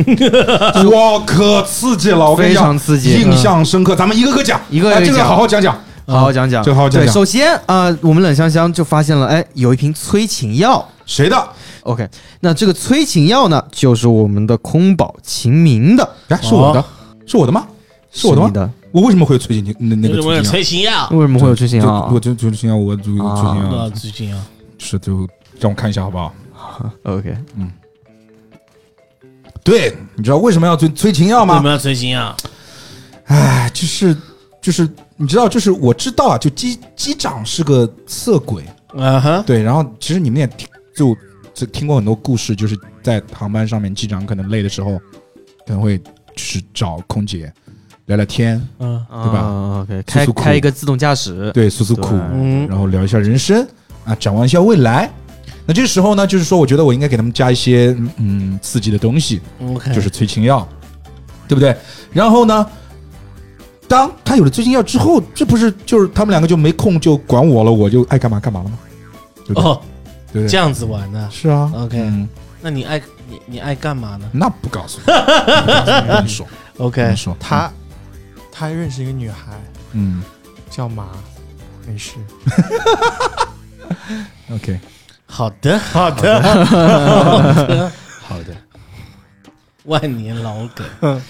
D: 哇，可刺激了，我跟你
G: 非
D: 讲
G: 常，刺激。
D: 印象深刻，咱们一个个讲，
G: 一个个
D: 哎这个
G: 讲
D: 好好讲讲，
G: 好好讲讲，
D: 啊这个好好讲
G: 对，
D: 讲
G: 首先啊、呃我们冷香香就发现了，哎，有一瓶催情药。
D: 谁的？
G: OK，那这个催情药呢，就是我们的空宝秦明的，
D: 哎，是我的，是我的吗？是我的
G: 你
D: 吗？
G: 的，
D: 我为什么会催情？那那
F: 就
D: 个
F: 是我有
D: 催情
F: 催
D: 药
F: 情药，
G: 为什么会有催啊情
D: 就
G: 药？
D: 我就就催情药，我就催情
F: 啊
G: 嗯
D: 药，，
F: 催情药，
D: 是就让我看一下好不好？
G: OK，
D: 对，你知道为什么要催催情药
F: 为什
D: 吗
F: 么？要催情药？
D: 哎，就是就是，你知道，就是我知道啊，就机机长是个色鬼，
G: 啊
F: 嗯哼，
D: 对。然后其实你们也听，就就听过很多故事，就是在航班上面，机长可能累的时候，可能会就是找空姐聊聊天，
F: 嗯
G: 对
D: 吧
G: o k
D: 诉
G: 哦开
D: 诉苦
G: 开一个自动驾驶，
D: 对，诉诉苦
G: 对，
F: 嗯
D: 然后聊一下人生啊，展望一下未来。那这个时候呢，就是说，我觉得我应该给他们加一些嗯嗯刺激的东西，
F: ，OK，
D: 就是催情药，对不对？然后呢，当他有了催情药之后，这不是就是他们两个就没空就管我了，我就爱干嘛干嘛了吗？对不对？
F: 哦，
D: 对不
F: 这
D: 对？
F: 样子玩的。
D: 是啊
F: OK
D: 嗯
F: 那你爱你你爱干嘛呢
D: 那不告诉 你，很爽，
F: ？OK，
D: 很爽。
C: 他他认识一个女孩
D: 嗯
C: 叫麻，没事。
D: 嗯，OK，
F: 好
D: 嗯
F: 的，好的，好的，好的，万年老梗。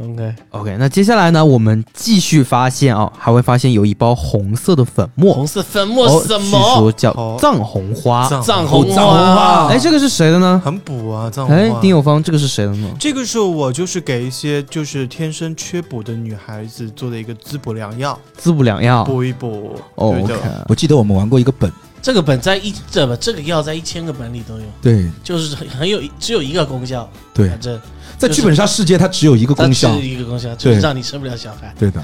F: OK，
D: 嗯
G: OK，那接下来呢，我们继续发现啊、还会发现有一包红色的粉末，哦
F: 红色粉
D: 哦
F: 末什
G: 据说
F: 么？
G: 叫
C: 哦
G: 啊藏红花。
F: 藏红
D: 藏红花
G: 哎，这个是谁的呢？
C: 很补啊，藏
G: 哎
C: 红花，。
G: 丁有芳，这个是谁的呢？
C: 这个是我就是给一些就是天生缺补的女孩子做的一个滋补良药，
G: 滋补良药。
C: 补一补。
G: 哦
C: 对
G: OK，
C: 的，
D: 我记得我们玩过一个本，
F: 这个本在一这不这个药在一千个本里都有，
D: 对
F: 就是很很有只有一个功效，
D: 对
F: 反，正
D: 在剧本杀世界它只有一
F: 嗯
D: 个
F: 它
D: 功
F: 只
D: 效
F: 有，一个功效，就是
D: 对
F: 让你生不了小孩。
D: 对的，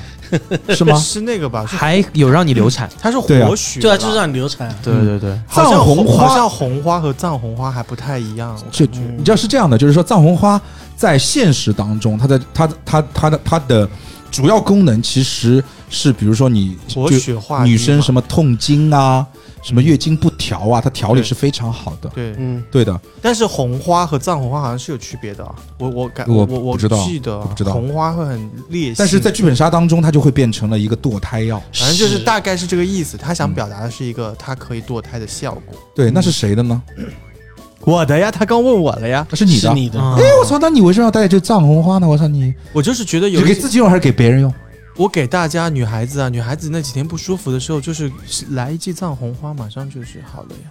D: 是吗？
C: 是那个吧？是
G: 还有让你流产。
C: 它是
D: 对啊
C: 活血吧，
F: 对啊，就是让你流产啊。
G: 对对对，
C: 好像
D: 藏红花
C: 好像红花和藏红花还不太一样。啊我
D: 就
F: 嗯
D: 你知道是这样的，就是说藏红花在现实当中，它的它的它它的它的主要功能其实是，比如说你
C: 活
D: 就
C: 血化瘀
D: 女生
C: 嘛
D: 什么痛经啊，什么月经不调啊，它调理是非常好的。
C: 对，
F: 嗯，
D: 对的，
C: 但是红花和藏红花好像是有区别的啊。我我感
D: 我
C: 我
D: 不
C: 我
D: 知道
C: 记得啊
D: 我不知道
C: 红花会很烈性，
D: 但是在剧本杀当中，它就会变成了一个堕胎药。
C: 反正就是大概是这个意思。他想
D: 嗯
C: 表达的是一个他可以堕胎的效果。
D: 对，那是谁的呢？
C: 我的呀，他刚问我了呀，
D: 那是你
F: 是
D: 的。
F: 你的，哦
D: 哎，我操！那你为什么要带这藏红花呢？我操你！
C: 我就是觉得
D: 你
C: 有
D: 是
C: 一
D: 给
C: 些
D: 自己用还是给别人用？
C: 我给大家女孩子啊，女孩子那几天不舒服的时候，就是来一剂藏红花，马上就是好了呀。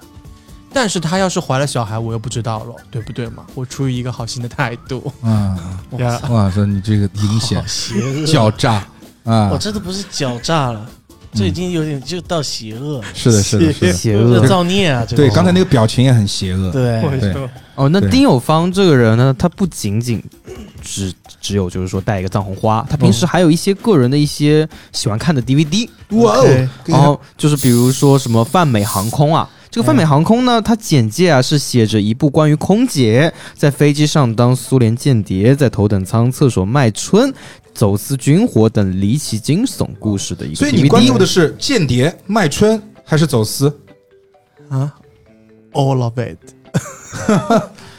C: 但是她要是怀了小孩，我又不知道了，对不对嘛？我出于一个好心的态度，
D: 啊，
C: 呀
D: 哇塞！你这个阴 险
F: 好邪恶，
D: 狡诈
F: 我
D: 啊！嗯
F: 真的哦不是狡诈了，这已经有点就到邪恶了，
D: 是的，是的，是的。
G: 邪
F: 这
G: 恶。
F: 造孽啊！这
D: 对，
F: 个
D: 刚才那个表情也很邪恶。
F: 对
D: 对
C: 就
G: 哦，那
D: 对
G: 丁有芳这个人呢，他不仅仅只只有就是说带一个藏红花，他平时还有一些个人的一些喜欢看的 DVD，
D: 哇哦
C: OK，
G: 然后就是比如说什么泛美航空啊，这个泛
D: 嗯
G: 美航空呢，它简介啊是写着一部关于空姐在飞机上当苏联间谍，在头等舱厕所卖春、走私军火等离奇惊悚故事的一个 DVD。
D: 所以你关注的是间谍、卖春还是走私
C: 啊，all of it。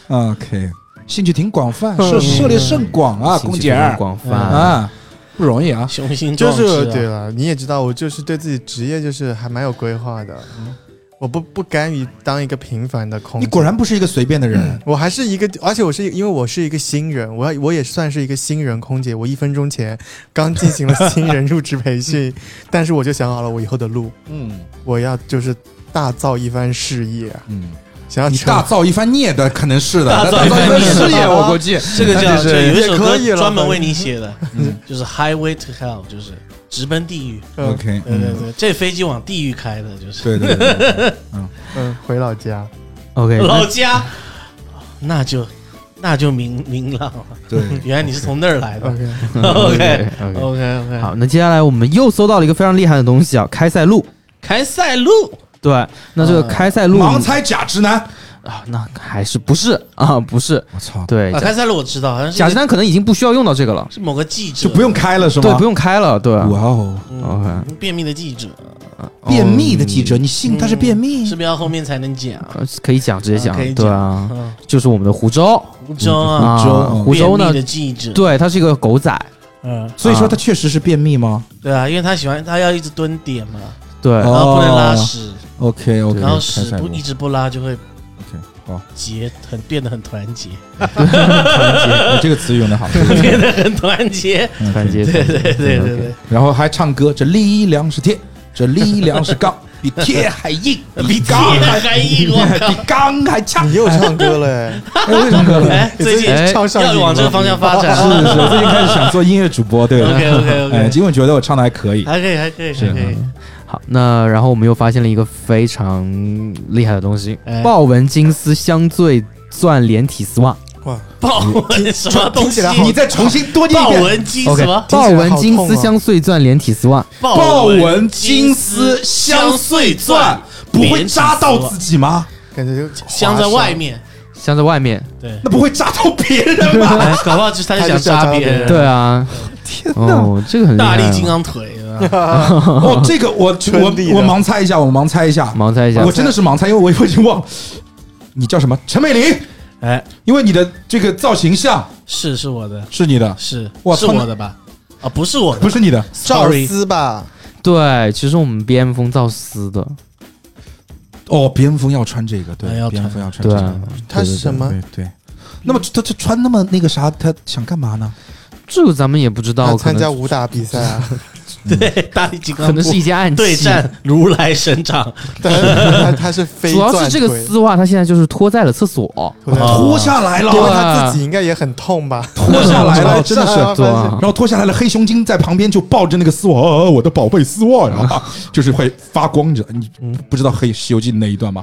D: ？OK，兴趣嗯挺广泛，涉涉猎甚广啊，
G: 兴
D: 空
G: 趣
D: 姐
G: 非常
D: 儿
G: 广泛
D: 啊，不容易啊。
F: 雄心
C: 就
F: 壮志、
C: 是
F: 啊，
C: 对了，你也知道，我就是对自己职业就是还蛮有规划的。嗯我不不甘于当一个平凡的空姐，
D: 你果然不是一个随便的人，
C: 我还是一个，而且我是因为我是一个新人，我我也算是一个新人空姐。我一分钟前刚进行了新人入职培训，但是我就想好了我以后的路，
D: 嗯
C: 我要就是大造一番事业，啊
D: 嗯，
C: 想要
D: 你
C: 成
D: 大造一番孽的可能是的，
F: 大造
D: 大
F: 一
D: 造
F: 番
D: 一番
F: 孽
D: 事业，
C: 啊
D: 我估 计
F: 这个叫
D: 就
F: 就是有一首
C: 也可以
F: 歌
C: 了
F: 专门为
C: 反正
F: 你写的，
D: 嗯
F: 就是 Highway to Hell，就是直奔地狱。
C: 嗯
D: OK，
F: 对对
D: 嗯，
F: 对，这飞机往地狱开的，就是
D: 对对对对，
C: 嗯回老家。
G: OK，那
F: 老家，那就那就明明朗了。
D: 对
F: 原来你是从那儿来 的。
C: OK，
D: 嗯
F: OK
G: OK，OK
F: OK OK，
G: 好，那接下来我们又搜到了一个非常厉害的东西啊，开塞露。
F: 开塞露，
G: 对，那这个开塞露
D: 呃盲猜假直男，
G: 啊，那还是不是啊？不是，
D: 我操，
G: 对，
F: 啊，
G: 假
F: 开塞露我知道，好像是
G: 假直男可能已经不需要用到这个了，
F: 是某个记者，
D: 就不用开了是吗？
G: 对，不用开了，对。
D: 哇哦，
F: 嗯
G: OK
F: 便秘的记者，
D: 便秘的记者，你信他是便秘？
F: 是不是要后面才能讲？
G: 呃，可以讲，直接讲
F: 啊可以，讲
G: 对啊，
F: 嗯，
G: 就是我们的湖州，
F: 湖州啊，
G: 啊，
D: 嗯
G: 湖州
F: 便
G: 呢
F: 秘，的记者，
G: 对，他是一个狗仔，
F: 嗯，
D: 所以说他确实是便秘吗
F: 对啊，因为他喜欢，他要一直蹲点嘛，
G: 对，
D: 哦
F: 然后不能拉屎，
D: ？OK OK，
F: 然后屎不一直不拉就会
D: OK，好，
F: 结很变得很团结，
D: 你这个词用的好，
F: 变得很团结，
G: 团结，
F: 对对对对
G: OK
F: 对，
D: 然后还唱歌，这力量是铁，这力量是钢，比铁还硬，
F: 比铁
D: 钢还
F: 还硬，我靠
D: 比！钢还强
C: 你。又唱歌了哎，
D: 哎，为什么歌了？
F: 哎，最近
G: 哎
C: 唱上瘾
F: 要往这个
C: 了。
F: 方向发展
D: 是是是，我最近开始想做音乐主播，对了，
F: ，OK，OK，OK
D: 哎，因为觉得我唱的还可以，
F: 还可以，还可以，还可以。
G: 好，那然后我们又发现了一个非常厉害的东西
F: 哎，
G: 豹纹金丝镶钻钻连体丝袜。
C: 哇，
F: 豹纹什么东
C: 听
F: 西
C: 起来？好
D: 你再重新多念
F: 豹
D: 一遍。
F: 纹金
G: OK，
F: 什么？
G: 豹纹金丝镶碎钻连体丝袜，
F: 豹
D: 豹纹
F: 纹
D: 金丝镶碎钻，不会扎到自己吗？
C: 感觉就
F: 镶在外面。
G: 镶在外面。
F: 对，
D: 那不会扎到别人吗？
F: 哎搞不好就是他就想扎别人。
G: 对啊，
D: 天哪！
G: 哦，这个很厉害
F: 大
G: 啊
F: 力金。刚腿啊，
D: 哦，这个我我
C: 春丽的
D: 我盲猜一下，我盲猜一下，
G: 盲猜一下
D: 我，真的是盲猜，因为我我已经忘了你叫什么，陈美玲，
F: 哎，
D: 因为你的这个造型像
F: 是是我的，
D: 是你的，
F: 是
D: 哇
F: 是
D: 他们
F: 我的吧？啊，不是我的，
D: 不是你的，
C: 赵
F: ，sorry，
C: 思吧，
G: 对，其实我们边锋造丝的，
D: 哦，蝙蝠要穿这个，对
F: 哎，要穿
D: 蝙蝠要穿这
G: 对
D: 个
G: 啊，，
C: 他是什么？
D: 对对。那么他他穿那么那个啥，他想干嘛呢？
G: 这个咱们也不知
C: 他
G: 道，可
C: 参加
G: 能
C: 武打比赛啊，
F: 对，大力金刚
G: 可能是一件暗器。
F: 对战如来神掌，
C: 但是他他是飞
G: 主
C: 钻
G: 要
C: 腿，
G: 是这个丝袜，它现在就是拖在了厕所。
C: 我在
F: 啊
D: 脱下来
C: 因为
D: 了，
C: 他自己应该也很痛吧？
D: 脱下来了，
C: 哦
D: 真的是。
C: 啊
G: 对
D: 然
G: 啊，
D: 后脱下来了，黑熊精在旁边就抱着那个丝袜，哦哦我的宝贝丝袜呀，就是会发光着。你不知道黑《西游记》那一段吗？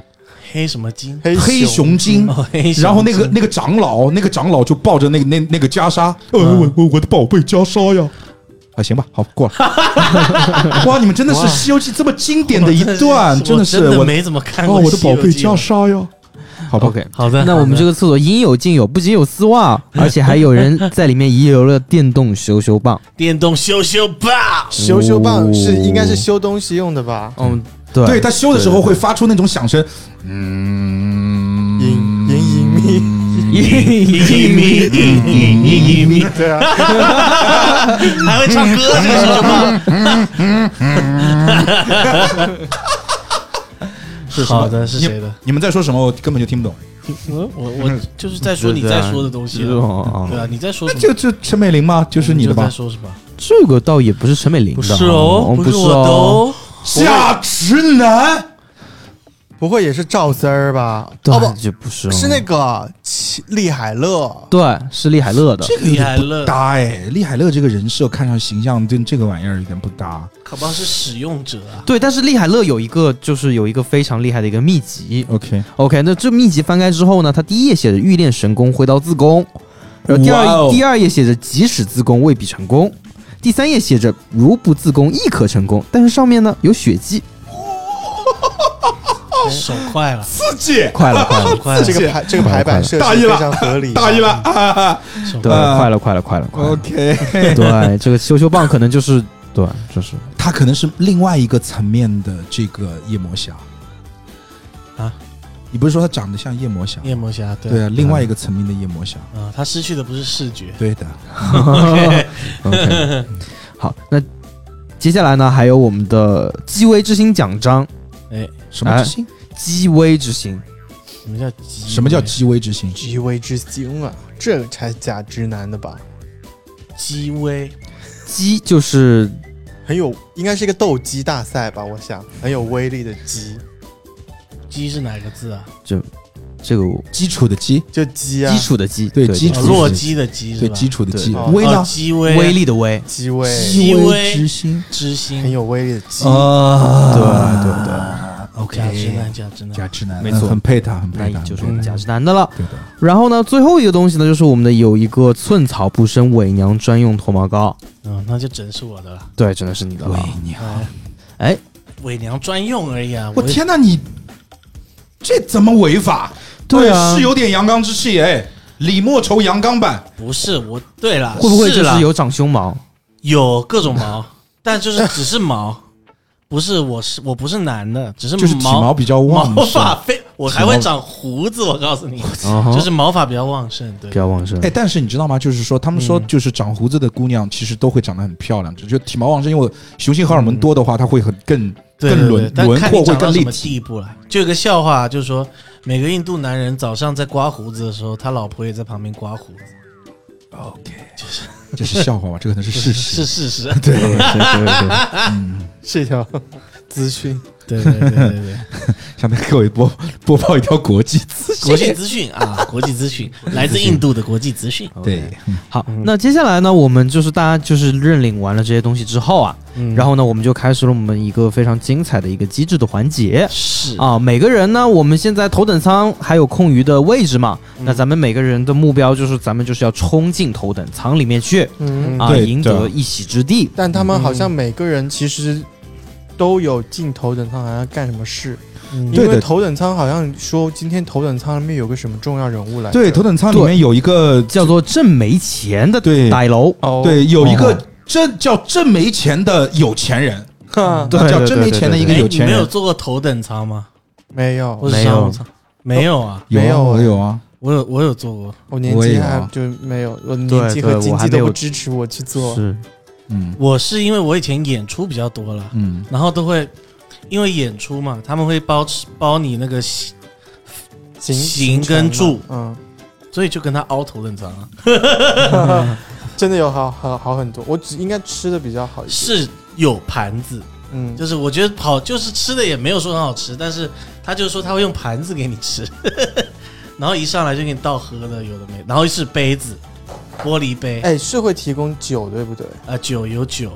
F: 黑什么金？
D: 黑熊精
F: 哦，黑熊精
D: 然后那个那个长老，那个长老就抱着那个那那个袈裟，呃，
F: 嗯
D: 我我我的宝贝袈裟呀。啊，行吧，好过了。 哇，你们真的是《西游记》这么经典的一段，
F: 真
D: 的
F: 的
D: 是我
F: 没怎么看
D: 哦，
F: 过《
D: 我的宝贝
F: 西游
D: 袈
F: 记
D: 裟呀。好吧
G: OK，
F: 好的
G: 那我们这个厕所应有尽有，不仅有丝袜，而且还有人在里面遗留了电动修修棒。》
F: 电动修修吧，
C: 修修棒是应该是修东西用的吧？
G: 嗯，对，
D: 对他修的时候会发出那种响声，嗯
C: 隐隐隐秘，
G: 嗯
F: 一米 一一 米，
C: 对啊，
F: 还会唱歌，这个是 什么？
D: 是什么
F: 好的，是谁的？
D: 你们在说什么？我根本就听不懂。
F: 我我我就是在说你
G: 对对啊
F: 在说的东西
G: 这
F: 啊，
G: 种啊
F: 对啊，你在说什么？
D: 就就陈美玲吗？就是你的
F: 在
D: 吧？
F: 说什么？哦
G: 这个倒也不是陈美玲的，不是哦，，
D: 假直男，
C: 不会也是赵四儿吧？
G: 对
C: 哦，不，
G: 就不是哦
C: 是那个齐厉海乐，
G: 对，是厉海乐的。
D: 这个有
F: 厉害
D: 点不
F: 了
D: 搭哎。厉海乐这个人设看上形象跟这个玩意儿有点不搭。
F: 可不好是使用者啊。
G: 对，但是厉海乐有一个，就是有一个非常厉害的一个秘籍。
D: OK，
G: OK，那这秘籍翻开之后呢，它第一页写着“欲练神功，挥刀自宫”，然后第二、
D: 哇哦
G: 第二页写着即使自宫未必成功，第三页写着如不自宫亦可成功，但是上面呢有血迹，
F: 手快了，
D: 刺激，
G: 快了快 了
F: 手快了
C: 这，个排这个排版设
D: 大
C: 计
D: 意
C: 非
D: 了
C: 常合理，
D: 大意了 啊
F: 手
G: 对，
F: 快了
D: 啊
G: 快了快了快了快了，
D: ！OK，
G: 对，这个修修棒可能就是对，就是
D: 他可能是另外一个层面的这个夜魔侠
F: 啊。
D: 你不是说他长得像夜魔侠？
F: 夜魔侠，嗯对
D: 对啊，另外一个层面的夜魔侠。
F: 啊，他失去的不是视觉，
D: 对的，
G: OK，好， 那接下来呢，还有我们的积微之星奖章，
F: 哎，
D: 什么之星？
G: 积微之星，
F: 什么叫极
D: 什么叫极微之星？
C: 极为之精啊，这个才假直男的吧？
F: 极微？
G: 积就是
C: 很有，应该是一个斗鸡大赛吧？我想很有威力的鸡，
F: 鸡是哪个字啊？
G: 这个
D: 基础的基，
C: 就鸡啊
G: 基，础的基，
D: 对基础
F: 啊
D: 是
F: 洛基的基是
D: 对
F: 吧？
D: 基础的基。
C: 对
D: 微呢
F: 哦？极微
G: 威力的威，
C: 鸡威，
D: 极微之星。
F: 之
C: 很
F: 心，
C: 有威力的鸡。
D: 啊，
F: 对
D: ，OK，
F: 假直男，假直男，
D: 假直男，
G: 没错
D: 很配他，很
G: 那
D: 配
G: 也
D: 他，
G: 就是
D: 很
G: 我
D: 配
G: 们
D: 他
G: 假直男的了。
D: 对的。
G: 然后呢，最后一个东西呢，就是我们的有一个寸草不生伪娘专用脱毛膏，
F: 嗯，那就整是我的了，
G: 对，真的是你的
D: 喂
G: 了。，
D: 你好，
G: 哎，
F: 伪娘专用而已啊！
D: 我天哪，你这怎么违法？
G: 对啊
D: 哎是有点阳刚之气哎。李莫愁阳刚版，
F: 不是我，对了，
G: 会不会就是
F: 啦
G: 有长胸毛？
F: 有各种毛， 但就是只是毛，不是我是我不是男的，只是
D: 就是体毛
F: 毛
D: 比较旺
F: 毛
D: 盛。
F: 发非，我还会长胡子，我告诉你，
D: 啊
G: 就
F: 就是毛发比较旺盛，对
G: 比，较旺盛
D: 哎，。但是你知道吗？就是说，他们说就是长胡子的姑娘，其实都会长得很漂亮，只就体毛旺盛，因为雄性荷尔蒙多的话，它会很更
F: 对
D: 更
F: 对
D: 轮
F: 对，但
D: 轮
F: 看
D: 廓
F: 你长
D: 会更
F: 到什
D: 立
F: 么
D: 体
F: 地步了。就有个笑话，就是说每个印度男人早上在刮胡子的时候，他老婆也在旁边刮胡 子，
D: OK，这是笑话吧？这可能是事
F: 是
D: 实。
F: 是事实，
G: 对对对对对
C: 是一条资讯，
F: 对对对对 对，
D: 想再给我播播报一条国际资
F: 国际
D: 讯。
F: 资讯啊，国际资 讯，来自印度的国际资讯，
D: 对，
G: 好，那接下来呢，我们就是大家就是认领完了这些东西之后啊，
C: 嗯
G: 然后呢，我们就开始了我们一个非常精彩的一个机制的环节。
F: 是
G: 啊，每个人呢，我们现在头等舱还有空余的位置嘛，那咱们每个人的目标就是咱们就是要冲进头等舱里面去
C: 嗯
G: 啊，
D: 对
G: 赢得一席之地。
C: 但他们好像每个人其实都有进头等舱，好像干什么事。因
G: 嗯
D: 对
C: 为
D: 的，
C: 头等舱好像说今天头等舱里面有个什么重要人物来着，
D: 对，头等舱里面有一个
G: 叫做挣没钱的
D: 对
G: 大楼，
C: 哦，
D: 对，有一个
G: 哦
D: 挣叫挣没钱的有钱人，
C: 哈
G: 对
D: 叫
G: 对
D: 真
G: 对
D: 没
G: 对
D: 钱的
G: 对
D: 一个
F: 哎，
D: 有
F: 你
D: 钱
F: 没
D: 人
F: 有。坐过头等舱吗？
C: 没有
F: 或，者
G: 没
F: 商
G: 有
F: 务舱？没有啊，
C: 没有
D: 啊
C: 哎
D: 有啊，
F: 我有我有坐过，
C: 我年
D: 我也
C: 纪
D: 有
C: 还
D: 啊
C: 就没有，我年
G: 对
C: 纪
G: 对
C: 和
G: 我
C: 经济
G: 还没
C: 都不
G: 有
C: 支持我去做。
G: 是
D: 嗯
F: 我是因为我以前演出比较多了，
D: 嗯，
F: 然后都会因为演出嘛，他们会包吃包你那个戏，
C: 行
F: 行
C: 程
F: 跟
C: 嘛
F: 住
C: 嗯，
F: 所以就跟他凹头等舱啊，
C: 嗯 真的有好好好很多，我只应该吃的比较好一些。，
F: 是有盘子，
C: 嗯，
F: 就是我觉得好，就是吃的也没有说很好吃，但是他就说他会用盘子给你吃， 然后一上来就给你倒喝的，有的没，然后是杯子，玻璃杯，啊、
C: 哎，是会提供酒对不对？
F: 酒有酒，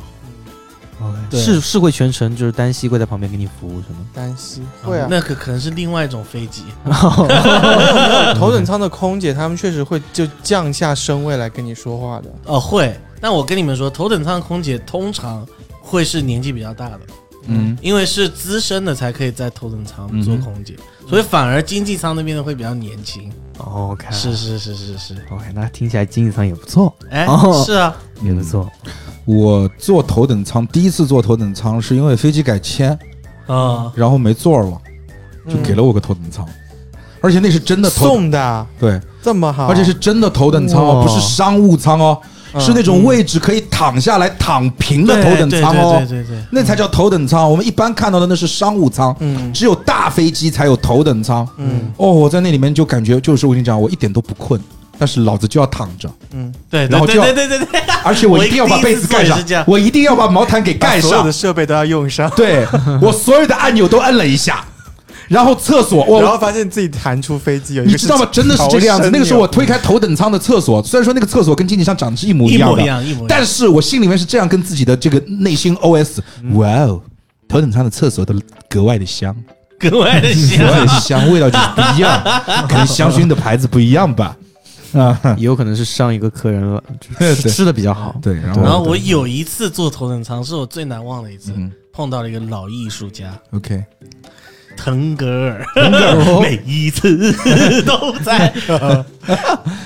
F: 对
G: 是是会全程就是单膝跪在旁边给你服务是吗？
C: 单膝
G: 哦
C: 会
F: 啊
C: 啊，
F: 那可可能是另外一种飞机，
C: 啊
G: 嗯
C: 头等舱的空姐她们确实会就降下身位来跟你说话的。
F: 哦会，但我跟你们说，头等舱空姐通常会是年纪比较大的，
D: 嗯，
F: 因为是资深的才可以在头等舱
D: 嗯哼
F: 做空姐，所以反而经济舱那边的会比较年轻，
G: 哦
D: 嗯
G: OK，
F: 是是是是
D: 哦
F: 是，
G: OK，那听起来经济舱也不错，
F: 哎、
G: 哦
F: 是啊，
G: 也不错。
D: 我坐头等舱，第一次坐头等舱是因为飞机改签，
F: 啊、
D: 然后没座了，就给了我个头等舱，而且那是真的头
C: 送的啊
D: 对，
C: 这么好，
D: 而且是真的头等舱哦，
G: 哇
D: 不是商务舱哦，
C: 嗯
D: 是那种位置可以躺下来躺平的头等舱哦
F: 对，对对对对
D: 那才叫头等舱。我们一般看到的那是商务舱，
C: 嗯
D: 只有大飞机才有头等舱。
C: 嗯
D: 哦，我在那里面就感觉，就是我跟你讲，我一点都不困，但是老子就要躺着，
C: 嗯，
F: 对，对
D: 然后就要
F: 对对对对对，
D: 而且我
F: 我
D: 一定要把被子盖
F: 第一次
D: 上
F: 坐也是这样，
D: 我一定要把毛毯给盖
C: 把所有
D: 上
C: 的，设备都要用上，
D: 对我所有的按钮都摁了一下，然后厕所
C: 然后
D: 我。
C: 发现自己弹出飞机，有一
D: 你
C: 个
D: 知道吗？真的是这个样子。那个时候我推开头等舱的厕所，虽然说那个厕所跟经济舱长得是一模
F: 一
D: 样
F: 模
D: 的
F: 一，样一模一样，
D: 但是我心里面是这样跟自己的这个内心 OS：哇哦，头等舱的厕所都格外的香，
F: 格外的
D: 格
F: 香，
D: 嗯外的香，味道就是不一样，可能香薰的牌子不一样吧。啊，
G: 也有可能是上一个客人了，就
D: 对
G: 是吃的比较好。
D: 对，然
F: 然后
D: 后
F: 我有一次坐头等舱，是我最难忘的一次，
D: 嗯
F: 碰到了一个老艺术家
D: ，OK，
F: 腾格尔，
D: 哦
F: 每一次 都 在，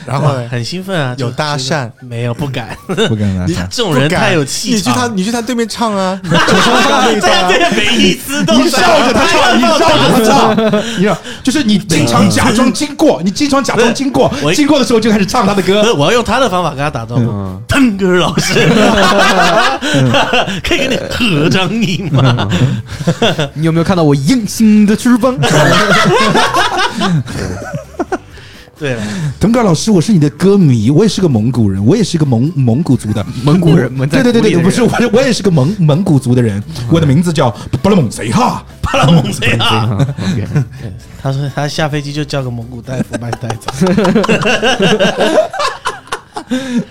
C: 然后呢
F: 很兴奋啊，
C: 有
F: 就
C: 搭
F: 觉得
C: 讪，
F: 没有不敢，
D: 不啊敢来看。
F: 这种人
C: 不敢
F: 太有气
C: 你去
F: 场
C: 他，
F: 了。
C: 你去他对面唱 啊，你唱他那一
F: 对呀
C: 段
F: 对
C: 啊。
F: 呀，每一次都哎
D: 你
F: 在
D: 笑着他唱，你笑着他唱，你知道，就是你经常假装经过，你经常假装经过，
F: 我
D: 经过的时候就开始唱他的
F: 不是
D: 歌。
F: 我要用他的方法跟他打招呼
G: 嗯，
F: 腾格尔老师，
D: 嗯
F: 可以跟你合张影吗？
G: 你有没有看到我硬心的翅膀？
F: 对啊了，
D: 腾格尔老师，我是你的歌迷，我也是个蒙古人，我也是个蒙蒙古族的
G: 蒙古人蒙
D: 对
G: 在
D: 对对
G: 鼓里的
D: 对，
G: 人
D: 不是我，我也是个蒙蒙古族的人，我的名字叫巴拉蒙贼哈。
F: 巴拉蒙谁啊？
G: OK
F: 他说他下飞机就叫个蒙古大夫把你带 走。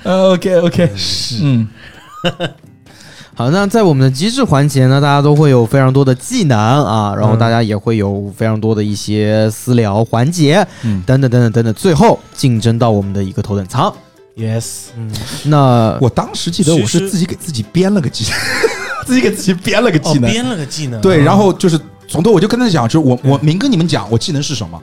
D: 呃，OK OK，是，嗯，
G: 好，那在我们的机制环节呢，大家都会有非常多的技能啊，然后大家也会有非常多的一些私聊环节，
D: 嗯
G: 等等等等等等，最后竞争到我们的一个头等舱。
F: Yes，
G: 那
D: 我当时记得我是自己给自己编了个技， 自己给自己编了个嗯
F: 哦
D: 技，能，
F: 编了个技能，
D: 对，然后就是从头我就跟他讲，就是我我明跟你们讲我技能是什么，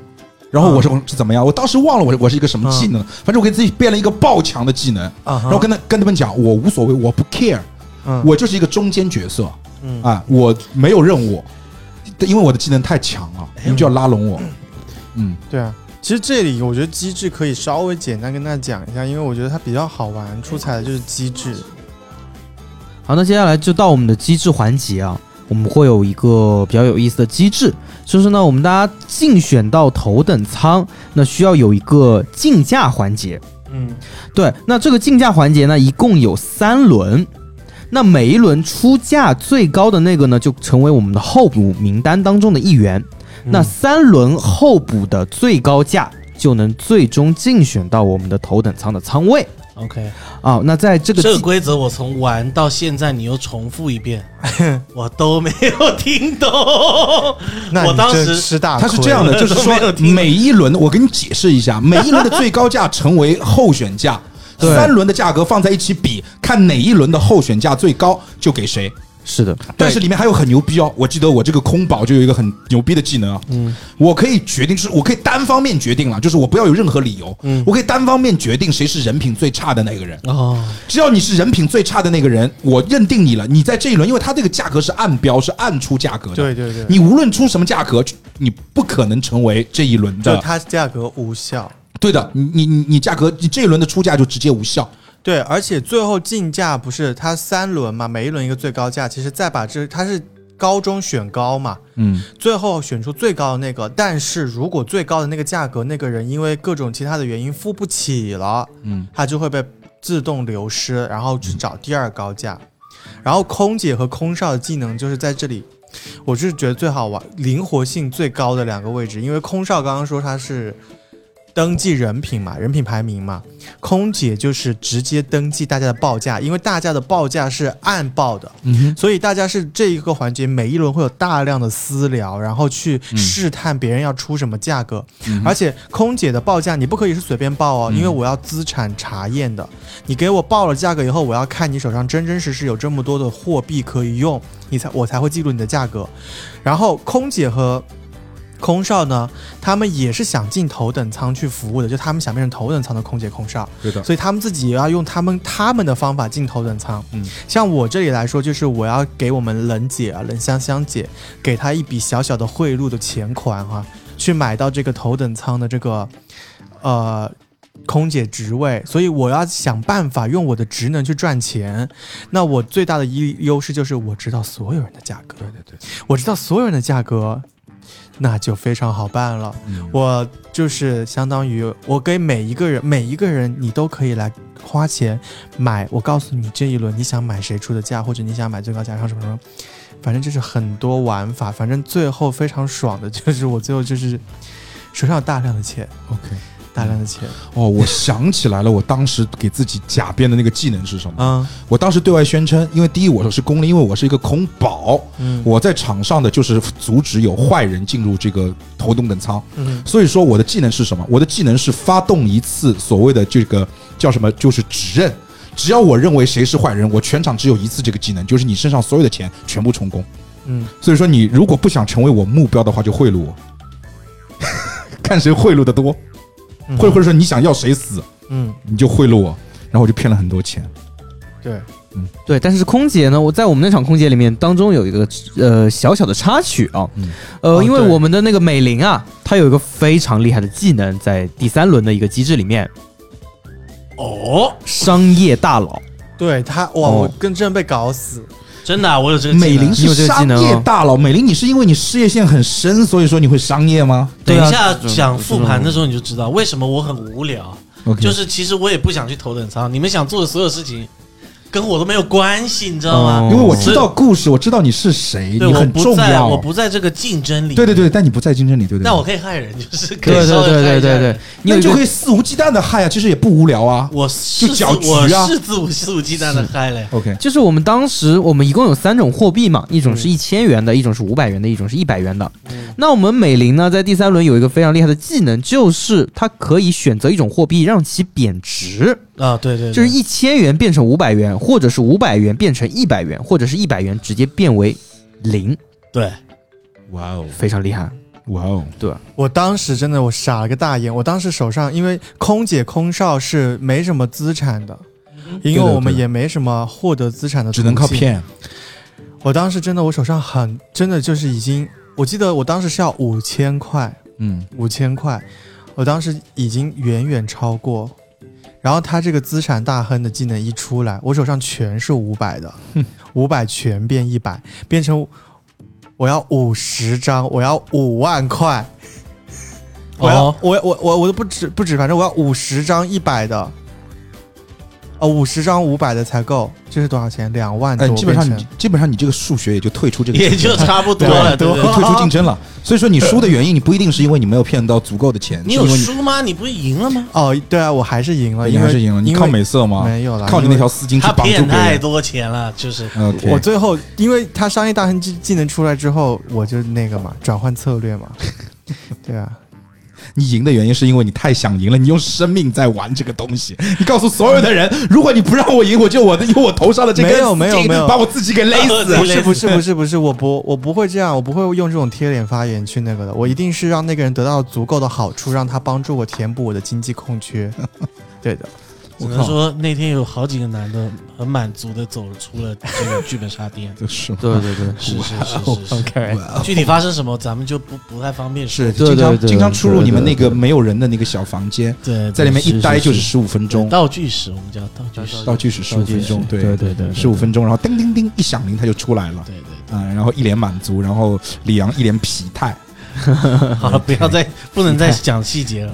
D: 然后我是我是怎么样，我当时忘了我是我是一个什么技能，反正我给自己变了一个爆强的技能，
C: 啊
D: 然后跟他跟他们讲我无所谓，我不 care，
C: 嗯
D: 我就是一个中间角色，
F: 嗯
D: 啊，我没有任务，因为我的技能太强了，你们就要拉拢我，嗯
C: 对啊，其实这里我觉得机制可以稍微简单跟大家讲一下，因为我觉得它比较好玩，出彩的就是机制。
G: 好，那接下来就到我们的机制环节啊，我们会有一个比较有意思的机制，就是呢，我们大家竞选到头等舱，那需要有一个竞价环节。
F: 嗯，
G: 对，那这个竞价环节呢，一共有三轮。那每一轮出价最高的那个呢，就成为我们的候补名单当中的一员。
F: 嗯
G: 那三轮候补的最高价就能最终竞选到我们的头等舱的舱位
F: OK，
G: 啊、那在这个
F: 这个
G: 竞
F: 规则我从玩到现在，你又重复一 遍，我都没有听懂。
C: 那
F: 我
C: 你
F: 当
C: 真
F: 时
C: 吃大亏
D: 他是这样的，就是说每一轮，我给你解释一下，每一轮的最高价成为候选价，
G: 对
D: 三轮的价格放在一起比，看哪一轮的候选价最高就给谁。
G: 是的，
D: 但是里面还有很牛逼哦，我记得我这个空宝就有一个很牛逼的技能啊，我可以决定，就是我可以单方面决定了，就是我不要有任何理由，我可以单方面决定谁是人品最差的那个人。
F: 哦，
D: 只要你是人品最差的那个人，我认定你了。你在这一轮，因为他这个价格是按标，是按出价格的。
C: 对对对
D: 你无论出什么价格，你不可能成为这一轮
C: 就
D: 的。
C: 它价格无效。
D: 对的，你你你你价格，你这一轮的出价就直接无效。
C: 对，而且最后竞价不是它三轮嘛，每一轮一个最高价，其实再把这它是高中选高嘛，
D: 嗯，
C: 最后选出最高的那个。但是如果最高的那个价格，那个人因为各种其他的原因付不起了，
D: 嗯，
C: 他就会被自动流失，然后去找第二高价。然后空姐和空少的技能就是在这里，我是觉得最好玩、灵活性最高的两个位置，因为空少刚刚说他是登记人品嘛，人品排名嘛，空姐就是直接登记大家的报价，因为大家的报价是按报的，所以大家是这一个环节，每一轮会有大量的私聊，然后去试探别人要出什么价格。而且空姐的报价你不可以是随便报哦，因为我要资产查验的。你给我报了价格以后，我要看你手上真真实实有这么多的货币可以用，你才我才会记录你的价格。然后空姐和空少呢，他们也是想进头等舱去服务的，就他们想变成头等舱的空姐空少。
D: 对的。
C: 所以他们自己也要用他们他们的方法进头等舱。
D: 嗯，
C: 像我这里来说，就是我要给我们冷姐啊，冷香香姐，给她一笔小小的贿赂的钱款哈、去买到这个头等舱的这个呃空姐职位，所以我要想办法用我的职能去赚钱。那我最大的优优势就是我知道所有人的价格，对对对，我知道所有人的价格，那就非常好办了。
D: 嗯
C: 我就是相当于我给每一个人，每一个人你都可以来花钱买。我告诉你这一轮你想买谁出的价，或者你想买最高价，然后什么什么，反正就是很多玩法。反正最后非常爽的就是我最后就是手上有大量的钱，
D: OK，
C: 大量的钱
D: 哦，我想起来了，我当时给自己假编的那个技能是什么？
C: 啊，
D: 我当时对外宣称，因为第一我是公立，因为我是一个空保，
C: 嗯
D: 我在场上的就是阻止有坏人进入这个头等等舱。
C: 嗯
D: 所以说我的技能是什么？我的技能是发动一次所谓的这个叫什么，就是指认。只要我认为谁是坏人，我全场只有一次这个技能，就是你身上所有的钱全部充公。
C: 嗯，
D: 所以说你如果不想成为我目标的话，就贿赂我， 看谁贿赂的多，
C: 嗯
D: 或者说你想要谁死，
C: 嗯，
D: 你就贿赂我，然后我就骗了很多钱。
C: 对，
G: 对，但是空姐呢，我在我们那场空姐里面当中有一个呃小小的插曲啊，
D: 嗯
G: 呃，
C: 哦
G: 因为
C: 对
G: 我们的那个美玲啊，她有一个非常厉害的技能，在第三轮的一个机制里面，
F: 哦，
G: 商业大佬，
C: 对他哇，
G: 哦
C: 我跟真被搞死，
F: 真的啊、我有这个技能
D: 美玲
G: 你
D: 是
G: 有这个技
D: 商
G: 能
D: 业
G: 哦
D: 大佬，美玲，你是因为你事业线很深，所以说你会商业吗
F: 等
G: 对啊
F: 一下
G: 这种
F: 讲复盘的时候你就知道为什么我很无聊，
D: ？OK，
F: 就是其实我也不想去头等舱，你们想做的所有事情跟我都没有关系，你知道吗？
G: 哦
D: 因为我知道故事，我知道你是谁，
F: 对，
D: 你
F: 我
D: 很
F: 不
D: 重
F: 在，
D: 要。啊
F: 我不在这个竞争里。
D: 对对，对，但你不在竞争里，对对对。
F: 但我可以害人，就是可以
G: 对对
F: 稍微
G: 对
F: 害
G: 对
F: 一下
G: 对
F: 人
G: 对，，你
D: 那
G: 有
D: 你
G: 一
D: 就可
G: 个
D: 以肆无忌惮的害啊，其实也不无聊啊。
F: 我是
D: 就搅局
F: 我
D: 啊
F: 是肆无肆无忌惮的嗨嘞。
D: OK，
G: 就是我们当时我们一共有三种货币嘛，一种是一千元的，一种是五百元的，一种是一百元的。那我们美林呢，在第三轮有一个非常厉害的技能，就是它可以选择一种货币让其贬值，
F: 啊，对对，对
G: 就是一千元变成五百元，或者是五百元变成一百元，或者是一百元直接变为零，
F: 对，
D: 哇哦，
G: 非常厉害。
D: 哇哦，
C: 我当时真的我傻了个大眼，我当时手上因为空姐空少是没什么资产的，
D: 嗯
C: 因为
D: 对的
C: 我们
D: 对的
C: 也没什么获得资产的，
D: 只能靠。骗。
C: 我当时真的我手上很真的就是已经，我记得我当时是要五千块，
D: 嗯，
C: 五千块，我当时已经远远超过。然后他这个资产大亨的技能一出来，我手上全是五百的，五百全变一百，变成我要五十张，我要五万块，我要、
F: 哦
C: 我我我我都不止不止，反正我要五十张一百的，哦，五十张五百的才够，这是多少钱？两万多
D: 哎，，基本上
C: 变成
D: 你基本上你这个数学也就退出这个竞
F: 也
D: 争了，
F: 就差不多了，对
C: 对
F: 不对
D: 你
C: 多
D: 退出竞争了。所以说你输的原因，你不一定是因为你没有骗到足够的钱，
F: 你
D: 是
F: 有
D: 因为你
F: 输吗？你不是赢了吗？
C: 哦，对啊，我还是赢了，
D: 你
C: 因为
D: 还是赢了，你
C: 因为
D: 靠美色吗？
C: 没有啦
D: 靠你
C: 因为
D: 那条丝巾去
F: 他
D: 绑住
F: 骗
D: 别
F: 太
D: 人。
F: 多钱了，就是。
D: OK，
C: 我最后，因为他商业大亨技技能出来之后，我就那个嘛，转换策略嘛，对啊，
D: 你赢的原因是因为你太想赢了，你用生命在玩这个东西。你告诉所有的人，如果你不让我赢，我就我的用我头上的这根
C: 没有没有
D: 丝巾
C: 没有
D: 把我自己给 勒死。。
C: 不是不是不是不是，我不我不会这样，我不会用这种贴脸发言去那个的，我一定是让那个人得到足够的好处，让他帮助我填补我的经济空缺。对的，
F: 只能说那天有好几个男的很满足的走出了这个剧本杀店
D: 就是吗
G: 对对对，
F: 是是是是是，
G: OK，
F: 具体发生什么咱们就不不太方便说。
D: 是
G: 对
D: 经常
G: 对对
D: 经常出入
G: 对对
D: 你们那个
G: 对
D: 没有人的那个小房间，
F: 对，
D: 在里面一待就是
F: 是
D: 十五分钟，
F: 道具室，我们叫道具室。
D: 道具是十五分钟，
G: 对
D: 对
G: 对对，
D: 十五分钟，然后叮叮叮一响铃，他就出来了。
F: 对对
D: 嗯，然后一脸满足，然后李阳一脸疲态。
F: 对，
D: 嗯
F: 好了，不要再不能再讲细节了，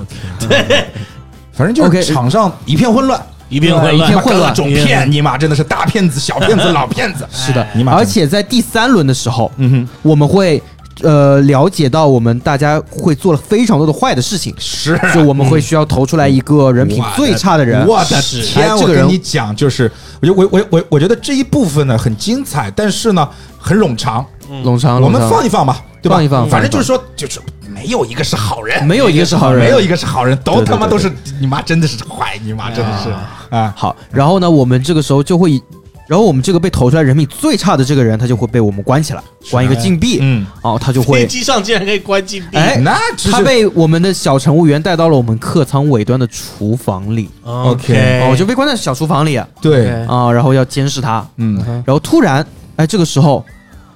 D: 反正就是
G: OK
D: 场上一片混乱，
F: 一片混
G: 一
F: 乱
G: 片混乱嗯哎
D: 各种骗，你妈真的是大骗子、小骗子、老骗子。哎
G: 是的
D: 尼，玛
G: 而
D: 真的
G: 且在第三轮的时候，
D: 嗯哼，
G: 我们会呃了解到我们大家会做了非常多的坏的事情，
D: 是嗯
G: 就我们会需要投出来一个人品最差的人。
D: 我的
F: 是
D: 天！
G: 哎
D: 我
G: 这个人
D: 跟你讲，就是我觉得我我我我觉得这一部分呢很精彩，但是呢很冗长。
G: 龙昌，
D: 我们
G: 龙昌
D: 放一放吧，对吧？
G: 放一放
D: 反正就是说，就是没有一个是好人，
G: 没有一个是好人
D: 没有一个是好人，都
G: 对对
D: 他妈
G: 对
D: 都是你妈真的是坏，你妈真的是啊！
G: 好，然后呢，我们这个时候就会以，然后我们这个被投出来人品最差的这个人，他就会被我们关起来，关一个禁闭，
D: 嗯，
G: 哦，他就
F: 飞
G: 会，
F: 机上竟然可以关禁闭。
G: 哎，
D: 那这是
G: 他被我们的小乘务员带到了我们客舱尾端的厨房里，
D: 哎
F: OK，
G: 哦，就被关在小厨房里啊、
D: 对，
G: 然后要监视他，
D: 哎嗯，
G: 然后突然，哎，这个时候。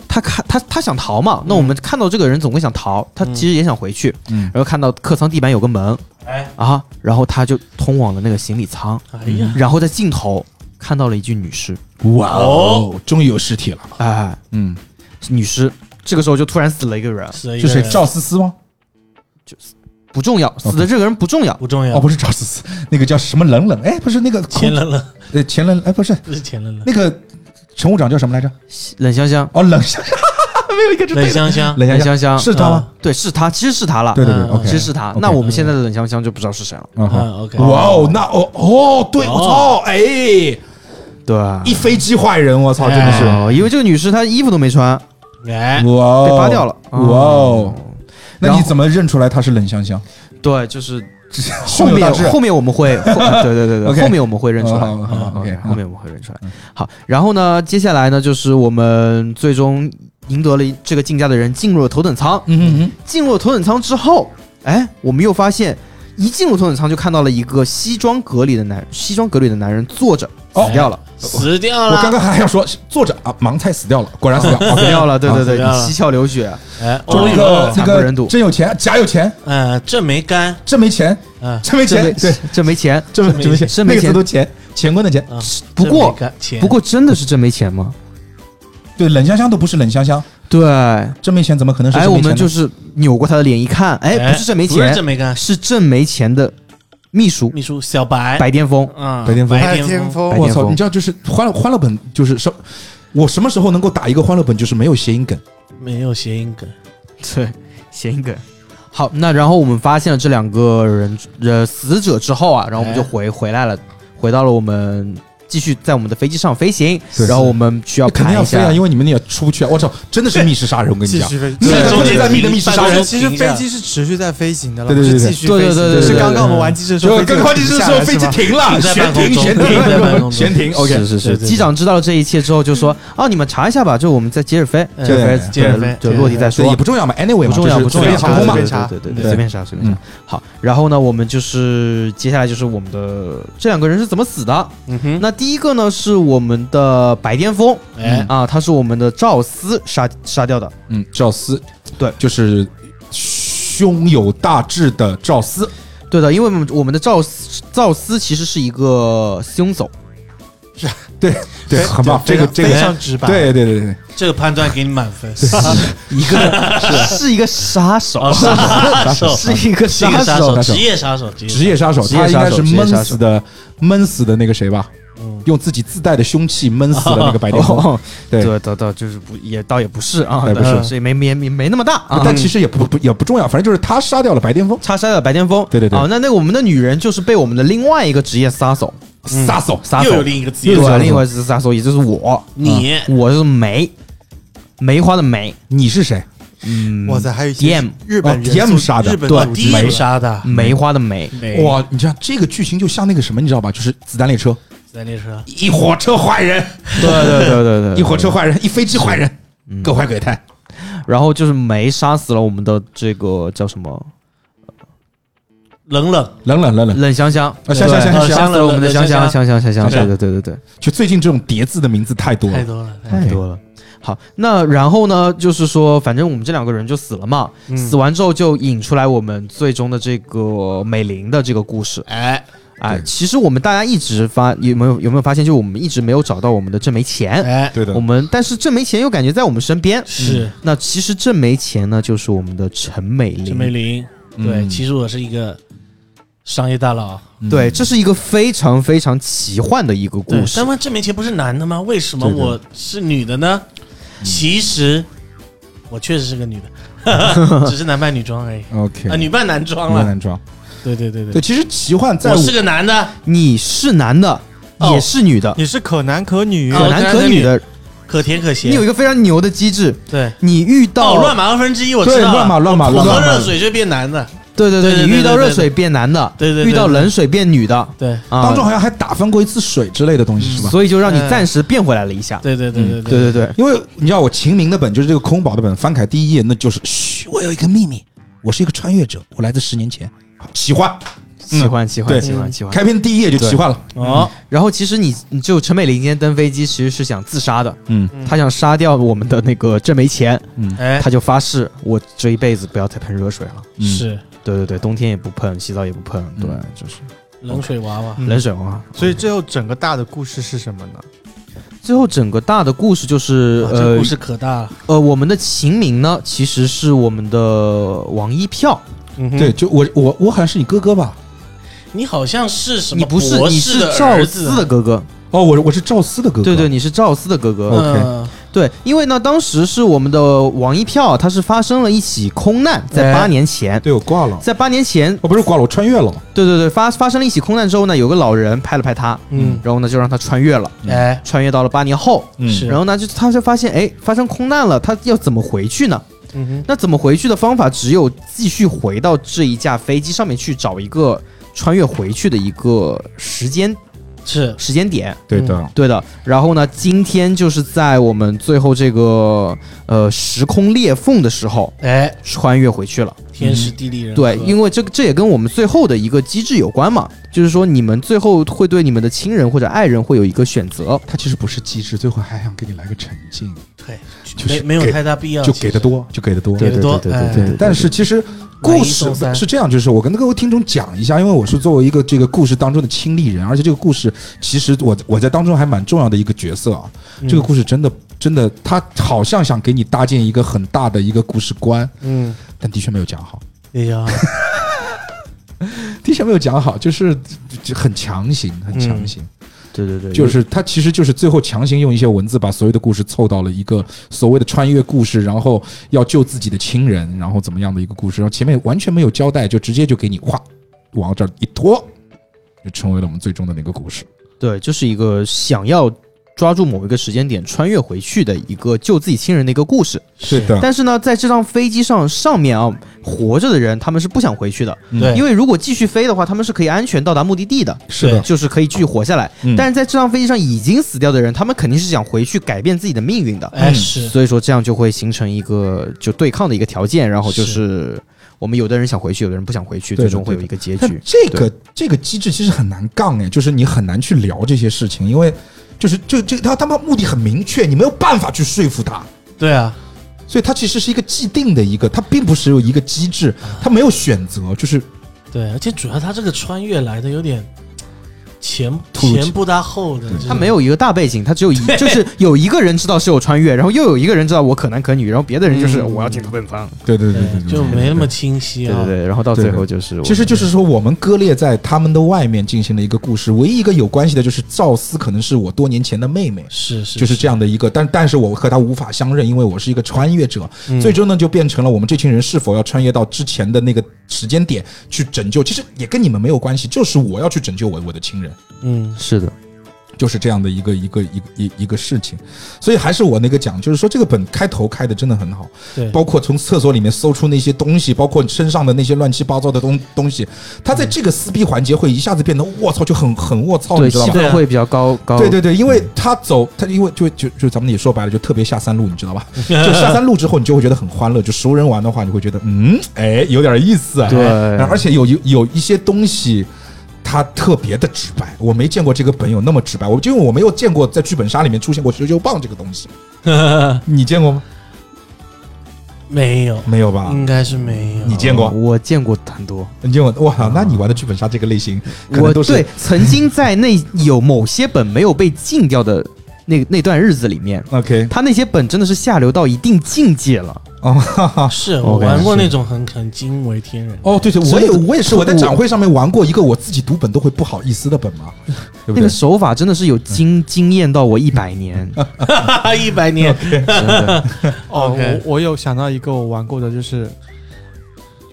G: 他看他他想逃嘛？那我们看到这个人总会想逃，他其实也想回去，
D: 嗯
G: 然后看到客舱地板有个门
F: 哎
G: 啊，然后他就通往了那个行李舱，
F: 哎呀，
G: 然后在镜头看到了一具女尸，
D: 哇哦，终于有尸体了，
G: 哎，
D: 嗯，
G: 女尸，这个时候就突然死了一个人，
F: 是一
D: 是
F: 个
D: 谁？赵思思吗？
G: 不重要，死的这个人不重要，
F: 不重要
D: 哦，，不是赵思思，那个叫什么冷冷？哎，不是那个空
F: 钱冷冷
D: 呃钱冷，哎，不是
F: 不是钱冷冷，
D: 那个乘务长叫什么来着？
G: 冷香香，
D: 哦，冷香
G: 没有一个是
F: 冷
G: 对的。
F: 香香，
D: 冷
G: 冷
D: 香
G: 香嗯香
D: 是他吗？
G: 对，是他，其实是他了，
D: 对对对
F: 嗯
D: ，OK，
G: 其实是他。
D: OK
G: 那我们现在的冷香香就不知道是谁了。
D: 嗯哼
F: 嗯，OK，
D: 哇哦，那哦哦，对，我操，哎，
G: 对，
D: 一飞机坏人，我操，真的是，
G: 哦，因为这个女士她衣服都没穿，
F: 哎，
D: 哇哦，
G: 被扒掉了。啊
D: 哇哦，那
G: 然
D: 你
G: 后
D: 怎么认出来他是冷香香？
G: 对，就是
D: 后
G: 后面后面我 们会，后对对对
D: OK
G: 对，后面我们会认出来。
D: 哦好好好
G: 嗯
D: OK，
G: 后面我们会认出来。好，然后呢，接下来呢，就是我们最终赢得了这个竞价的人进入了头等舱。
D: 嗯嗯
G: 进入了头等舱之后，哎，我们又发现，一进入头等舱就看到了一个西装革履的男，西装革履的男人坐着
D: 哦
G: 死掉了，
F: 死掉
D: 嗯，我刚
F: 了，
D: 刚还要说坐着啊，盲猜死掉了，果然死掉了。 哦
G: 死掉了，对对
F: 死掉了
G: 对，七窍流血，
F: 哎，
D: 中
F: 哦
D: 一个
G: 惨
D: 那
G: 不
D: 个
G: 忍睹
D: 真有钱，假有钱，
F: 呃，这没干，
D: 真没钱，
F: 嗯，
D: 真没
G: 这
D: 钱，
G: 没
D: 对，
G: 这没钱。
D: 真没真没钱，
G: 真
D: 那
G: 没
D: 个
G: 钱
D: 词都钱，乾坤的钱，
F: 啊
G: 不
F: 这
G: 过
F: 没干钱，
G: 不过真的是真没钱吗？
D: 对，冷香香都不是冷香香，
G: 对，
D: 真没钱怎么可能是
G: 哎，
D: 真
G: 我
D: 没钱
G: 们
D: 呢？
G: 就是扭过他的脸一看，哎，不是真没
F: 不是
G: 钱
F: 这，没干，
G: 是真没钱的秘书
F: 秘书小白，
G: 白癜 风。
F: 啊，
D: 白癜风
F: 白
C: 天
F: 癜风，
G: 白
D: 我
G: 癜
D: 操，
G: 风
D: 你知道就是欢乐欢乐本就是什，我什么时候能够打一个欢乐本就是没有谐音梗？
F: 没有谐音梗，
G: 对，谐音梗。好，那然后我们发现了这两个人呃死者之后啊，然后我们就
F: 哎
G: 回回来了，回到了我们继续在我们的飞机上飞行，
D: 对
G: 然后我们需要
D: 肯
G: 看
D: 定要
G: 一
D: 飞
G: 下
D: 啊，，因为你们也出不去啊！我操，真的是密室杀人，我跟你
C: 继
D: 讲，
C: 续飞。
D: 那
F: 对
D: 个
F: 中间
D: 在密的密室杀人
F: 办公室
C: 其实
F: 停一
C: 飞
F: 下
C: 机是持续在飞行的了，
D: 对对对
C: 不
D: 对
C: 是继续
G: 对
C: 飞
G: 对
C: 行，
G: 对对对
C: 是
G: 对
C: 刚刚我们
F: 对
C: 玩机的时
D: 就
C: 候，
D: 更关键是说飞机
C: 停。
D: 停了，
F: 停在
D: 悬
F: 半
D: 停
F: 空中
D: 悬停
F: 停在半空中
D: 悬停，OK，
G: 是是
F: 对
G: 是，
F: 对对
G: 机长知道了这一切之后就说：“哦，你们查一下吧，就我们再接着飞，
F: 嗯
G: 接着飞，
F: 接着飞
G: 就落地再
D: 对
G: 说
D: 也。不重要嘛，anyway
G: 不
D: 嘛，
G: 重要，
D: 就是
G: 不重
D: 随
G: 要，
D: 便航空嘛
G: 对
C: 随便查
G: 对对对
D: 对
G: 对，随便查，随便
D: 嗯
G: 查。好，然后呢，我们就是接下来就是我们的这两个人是怎么死的？
F: 嗯哼，
G: 那第一个呢是我们的白癜风，
F: 哎，
G: 啊，他是我们的赵思杀杀掉的。
D: 嗯，赵思，
G: 对
D: 就是胸有大志的赵思，
G: 对的，因为我们我们的赵思赵思其实是一个凶手，
D: 对，很棒，这个这
C: 非
D: 个，
C: 常直白，
D: 对对对对，
F: 这个判断给你满分，
G: 一个是一个杀手，
F: 哦杀手
G: 是一个
F: 是一个杀
G: 手
F: 手，
D: 杀手
F: 职业杀手，职业
D: 职业杀手，
G: 职业
D: 他应该
G: 杀
D: 是
G: 手
D: 闷
G: 职业杀
D: 死的，闷死的那个谁吧，用自己自带的凶器闷死的那个白癜风，
G: 哦，
D: 对
G: 对，倒倒就是不也倒也不是啊，
D: 倒也不
G: 对
D: 是
G: 所以没没没没那么大啊。
D: 但其实也不不也不重要，反正就是他杀掉了白癜风，
G: 叉杀了白癜风，
D: 对对对
G: 啊，那那个我们的女人就是被我们的另外一个职业杀手，嗯
D: 杀手，
G: 杀手
F: 又有另一个职业
G: 对，
F: 杀手，
G: 另外一个职业杀手，也就是我，
D: 嗯
F: 你
G: 我是梅，梅花的梅，
D: 你是谁？
G: 嗯，
C: 哇塞，还有一些
G: DM
C: 日本
D: 哦
C: 人
D: DM
C: 素
D: 杀的
C: 日本
D: 对
C: 组织
F: 第一
C: 的
F: 个杀的，
D: 嗯
G: 梅花的梅，
F: 没
D: 哇，你知道这个剧情就像那个什么，你知道吧？就是子弹列车，
F: 在列车，
D: 一火车坏人，
G: 嗯对对对对对，
D: 一火车坏人，一飞机坏人，
G: 嗯
D: 各怀鬼胎。
G: 然后就是梅杀死了我们的这个叫什么
F: 冷冷，
D: 冷冷冷冷，
G: 冷香香，
D: 啊香香香香
G: 对杀死了我们的香香
F: 冷
G: 香香香香，
D: 香
G: 对对对对对，
D: 就最近这种叠字的名字太多
F: 太
D: 了。
F: 多了，太
G: 太多了。哎好，那然后呢，就是说，反正我们这两个人就死了嘛，死完之后就引出来我们最终的这个美玲的这个故事。
F: 哎，
G: 哎
D: 对，
G: 其实我们大家一直发有没有有没有发现，就是我们一直没有找到我们的郑梅钱，
F: 哎，
D: 对的
G: 我，们但是郑梅钱又感觉在我们身边。嗯
F: 是
G: 那其实郑梅钱呢，就是我们的陈美
F: 陈美
G: 玲。
F: 玲，
D: 嗯
F: 对，其实我是一个商业大佬，
D: 嗯
G: 对，这是一个非常非常奇幻的一个
F: 对
G: 故，事
F: 但。问这面前不是男的吗？为什么
D: 对对
F: 我是女的呢？
G: 嗯
F: 其实我确实是个女的， 只是男扮女装而已
D: OK，
F: 啊，女扮男装
D: 越
F: 了。
D: 南装。
F: 对对对
D: 对，
F: 对，
D: 其实奇幻在
F: 我是个男的，
G: 你是男的，
F: 哦
G: 也是女的，
C: 也是可男可女，
G: 可
F: 哦
G: 男可女的。
F: 可甜可咸。
G: 你有一个非常牛的机制，
F: 对
G: 你遇
F: 哦，乱
G: 到
F: 码二分之一，我知
D: 对
F: 道了。
D: 乱码乱码
F: 我
D: 乱
F: 喝
D: 码
F: 热，水就变男的。
G: 对对
F: 对对
G: 对，你
F: 对
G: 遇到
F: 对对
G: 热水变男的，
F: 对对对
G: 遇到
F: 对
G: 冷水变女的
F: 对
G: 啊嗯
D: 当中，好像还打翻过一次水之类的东西是吧？
G: 所以就让你暂时变回来了一下。
F: 对对对对
G: 嗯对对对，
D: 因为你知道我秦明的本就是这个空宝的本，翻开第一页那就是嘘，我有一个秘密，我是一个穿越者，我来自十年前。奇幻，嗯
G: 喜欢喜
D: 对
G: 啊欢喜欢喜欢。
D: 开篇第一页就奇幻了。
F: 哦，
G: 然后其实你你就陈美玲今天登飞机其实是想自杀的，
D: 嗯
G: 她想杀掉我们的那个郑梅钱，
F: 哎，
G: 她就发誓我这一辈子不要再喷热水了。
D: 嗯
F: 是
G: 对对对，冬天也不喷，洗澡也不喷，对
D: 嗯，
G: 就是
F: 冷水娃娃。
G: 冷水啊。
C: 所以最后整个大的故事是什么呢？
G: 最后整个大的故事就是
F: 啊哇这
G: 呃
F: 故事可大了。
G: 呃，我们的秦明呢，其实是我们的王一票，
F: 嗯哼
D: 对，，就我我我好像是你哥哥吧？
F: 你好像是什么
G: 你不是
F: 博
G: 你
F: 士
G: 是
F: 的
G: 赵
F: 儿
G: 思
F: 子啊
G: 的哥哥，
D: 哦，我我是赵思的哥哥。
G: 对对，你是赵思的哥哥，
D: OK
F: 嗯
G: 对，因为呢，当时是我们的网易票，它是发生了一起空难，在
F: 哎
G: 八年前，
D: 对我挂了，哦
G: 在八年前，
D: 我不是挂了，我穿越了嘛。
G: 对对对，发发生了一起空难之后呢，有个老人拍了拍他，
F: 嗯，
G: 然后呢就让他穿越了，
F: 哎，
G: 穿越到了八年后，
D: 嗯
F: 是
G: 然后呢就他就发现，哎，发生空难了，他要怎么回去呢？
F: 嗯哼，
G: 那怎么回去的方法只有继续回到这一架飞机上面去找一个穿越回去的一个时间
F: 是
G: 时间点，
D: 对的，
G: 对的。然后呢，今天就是在我们最后这个呃时空裂缝的时候
F: 哎，
G: 穿越回去了。
F: 天时地利人和
G: 对，因为这个这也跟我们最后的一个机制有关嘛，就是说你们最后会对你们的亲人或者爱人会有一个选择。
D: 他其实不是机智，最后还想给你来个沉浸，
F: 对，
D: 就是
F: 没没有
D: 给
F: 太大必要，
D: 就给的多，就给的多。
F: 给的多，
E: 对对
F: 哎
E: 对对
D: 但是其实故事
F: 买一送三
D: 是这样，就是我跟各位听众讲一下，因为我是作为一个这个故事当中的亲历人，而且这个故事其实我我在当中还蛮重要的一个角色啊。
F: 嗯
D: 这个故事真的真的，他好像想给你搭建一个很大的一个故事观，
F: 嗯，
D: 但的确没有讲好，
F: 哎呀，
D: 的确没有讲好，就是就就很强行，很
F: 嗯
D: 强行，
G: 对对对
D: 就是他其实就是最后强行用一些文字把所有的故事凑到了一个所谓的穿越故事，然后要救自己的亲人，然后怎么样的一个故事，然后前面完全没有交代，就直接就给你哗往这儿一拖，就成为了我们最终的那个故事。
G: 对，就是一个想要抓住某一个时间点穿越回去的一个救自己亲人的一个故事。
D: 是的，
G: 但是呢，在这趟飞机上上面啊，活着的人他们是不想回去的，
D: 嗯
F: 对
G: 因为如果继续飞的话，他们是可以安全到达目的地的，
D: 是的，
G: 就是可以继续活下来。
D: 嗯
G: 但是在这趟飞机上已经死掉的人，他们肯定是想回去改变自己的命运的。
F: 哎
D: 嗯
F: 是，
G: 所以说这样就会形成一个就对抗的一个条件，然后就是我们有的人想回去，有的人不想回去，
D: 对的
G: 最终会有一个结
D: 但
G: 局。
D: 这个这个机制其实很难杠哎，就是你很难去聊这些事情，因为就是就这他他们目的很明确，你没有办法去说服他。
F: 对啊，
D: 所以它其实是一个既定的一个，它并不是有一个机制，它没有选择，就是
F: 对，而且主要他这个穿越来的有点前
D: 突如其
F: 前不搭后的，就是
G: 他没有一个大背景，他 只有一就是有一个人知道是有穿越，然后又有一个人知道我可男可女，然后别的人就是
F: 嗯
G: 我要进头等舱，
D: 对对
F: 对，就没那么清晰
G: 对
F: 啊
G: 对，对，然后到最后就是我
D: 其实就是说，我们割裂在他们的外面进行了一个故事，唯一一个有关系的就是赵思可能是我多年前的妹妹，
F: 是是，
D: 就是这样的一个，但但是我和她无法相认，因为我是一个穿越者，最终呢就变成了我们这群人是否要穿越到之前的那个时间点去拯救，其实也跟你们没有关系，就是我要去拯救我我的亲人。
F: 嗯，
G: 是的，
D: 就是这样的一个一个一个一一个事情，所以还是我那个讲，就是说这个本开头开的真的很好，
F: 对
D: 包括从厕所里面搜出那些东西，包括身上的那些乱七八糟的东东西，他在这个撕逼环节会一下子变得我操就很很我操，
G: 对
D: 你知道
G: 气
D: 吧？
G: 氛会比较高高，
D: 对对对，因为他走，他因为就就就咱们也说白了，就特别下三路，你知道吧？
G: 嗯
D: 就下三路之后，你就会觉得很欢乐。就熟人玩的话，你会觉得嗯，哎，有点意思啊。
G: 对
D: 然后而且有一有一些东西。它特别的直白，我没见过这个本有那么直白，我就因为我没有见过在剧本杀里面出现过“九九棒”这个东西，你见过吗？
F: 没有，
D: 没有吧？
F: 应该是没有，
D: 你见过？
G: 嗯我见过很多，
D: 你见过？哇，那你玩的剧本杀这个类型，可能
G: 我
D: 都是
G: 对曾经在那有某些本没有被禁掉的那那段日子里面，
D: OK
G: 他那些本真的是下流到一定境界了。
D: 哦 哈哈
F: 是
G: 我
F: 我
G: 感觉
F: 玩过
G: 是
F: 那种很很惊为天人，
D: 哦，对对，我
G: 所以
D: 也我也是我在
G: 我
D: 展会上面玩过一个我自己读本都会不好意思的本嘛， 对不
G: 那个
D: 对？
G: 手法真的是有惊惊艳到嗯 我一百年，
F: 一百年
G: 真的
C: 哦
F: OK
C: 我我有想到一个我玩过的，就是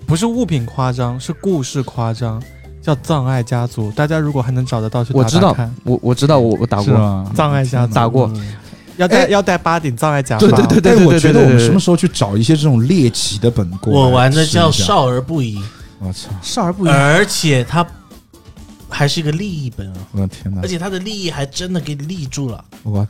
C: 不是物品夸张，是故事夸张，叫《葬爱家族》。大家如果还能找得到，去打
G: 我
C: 打
G: 知道
C: 看，
G: 我我知道，我我打
D: 是
G: 过，
D: 吗？
C: 葬爱家族嗯
G: 打过，
C: 要戴
D: 哎
C: 要戴八顶葬爱甲
D: 对
C: 吧
D: 对对对，
G: 对对
D: 哎我觉得我们
G: 对对
D: 什么时候去找一些这种猎奇的本 过来
F: 我玩的叫
D: 试一下
F: 少儿不宜，
D: 我操！
G: 少儿不宜。
F: 而且它还是一个利益本啊，
D: 我的天哪
F: 而！且它的利益还真的给你立住了。
D: 我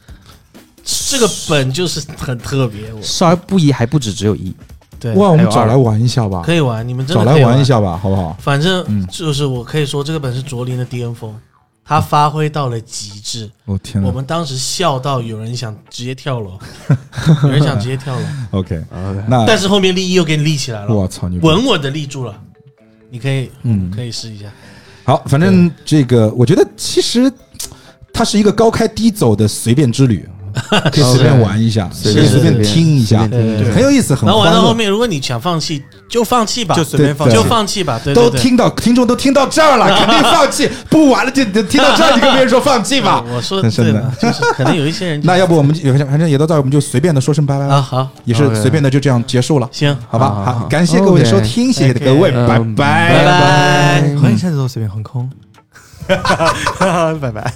F: 这个本就是很特别，我
G: 少儿不宜还不止只有一，
F: 对
D: 哇，我
G: 还
D: 们
G: 有
D: 找
G: 二
D: 来玩一下吧，
F: 可以玩，你们真
D: 找
F: 的
D: 啊来
F: 可以
D: 玩一。下吧，好不好？
F: 反
D: 嗯
F: 正就是我可以说，这个本是卓林的巅峰，他发挥到了极致。
D: 我天
F: 我
D: 哪
F: 们当时笑到有人想直接跳 楼，有人想直接跳楼，
D: ！OK，那
F: 但是后面利益又给你立起来了，
D: 我操你！
F: 稳稳的立住了。你可以
D: 嗯，
F: 可以试一下，
D: 好，反 正这个我觉得其实它是一个高开低走的随便之旅。可以随便玩一下，可
E: 随
D: 以
E: 便
D: 随便听一下，
E: 对
D: 很有意思，很
F: 然后玩
D: 欢
F: 到后
D: 乐。
F: 面，如果你想放弃，就放弃吧，
C: 就随便放
D: 对
F: 就
C: 弃
D: 对。
F: 放弃吧，对对
D: 都
F: 对。
D: 听到听众都听到这儿了，肯定放弃，不玩了就就听到这儿，你跟别人说放弃吧
F: 嗯。我说
D: 很深
F: 对
D: 的
F: 了，就是可能有一些人
D: 那要不我们有反正也都到这儿，我们就随便的说声拜拜
F: 啊，
D: 吧，
F: 好，
D: 也是随便的就这样结束了，
F: 行，
D: 好吧？
G: 好好
D: 好，感谢各位的收听，谢谢各位，
G: OK
D: 拜
G: 嗯
D: 拜
F: 拜。
C: 欢迎下次都随便横空，拜拜。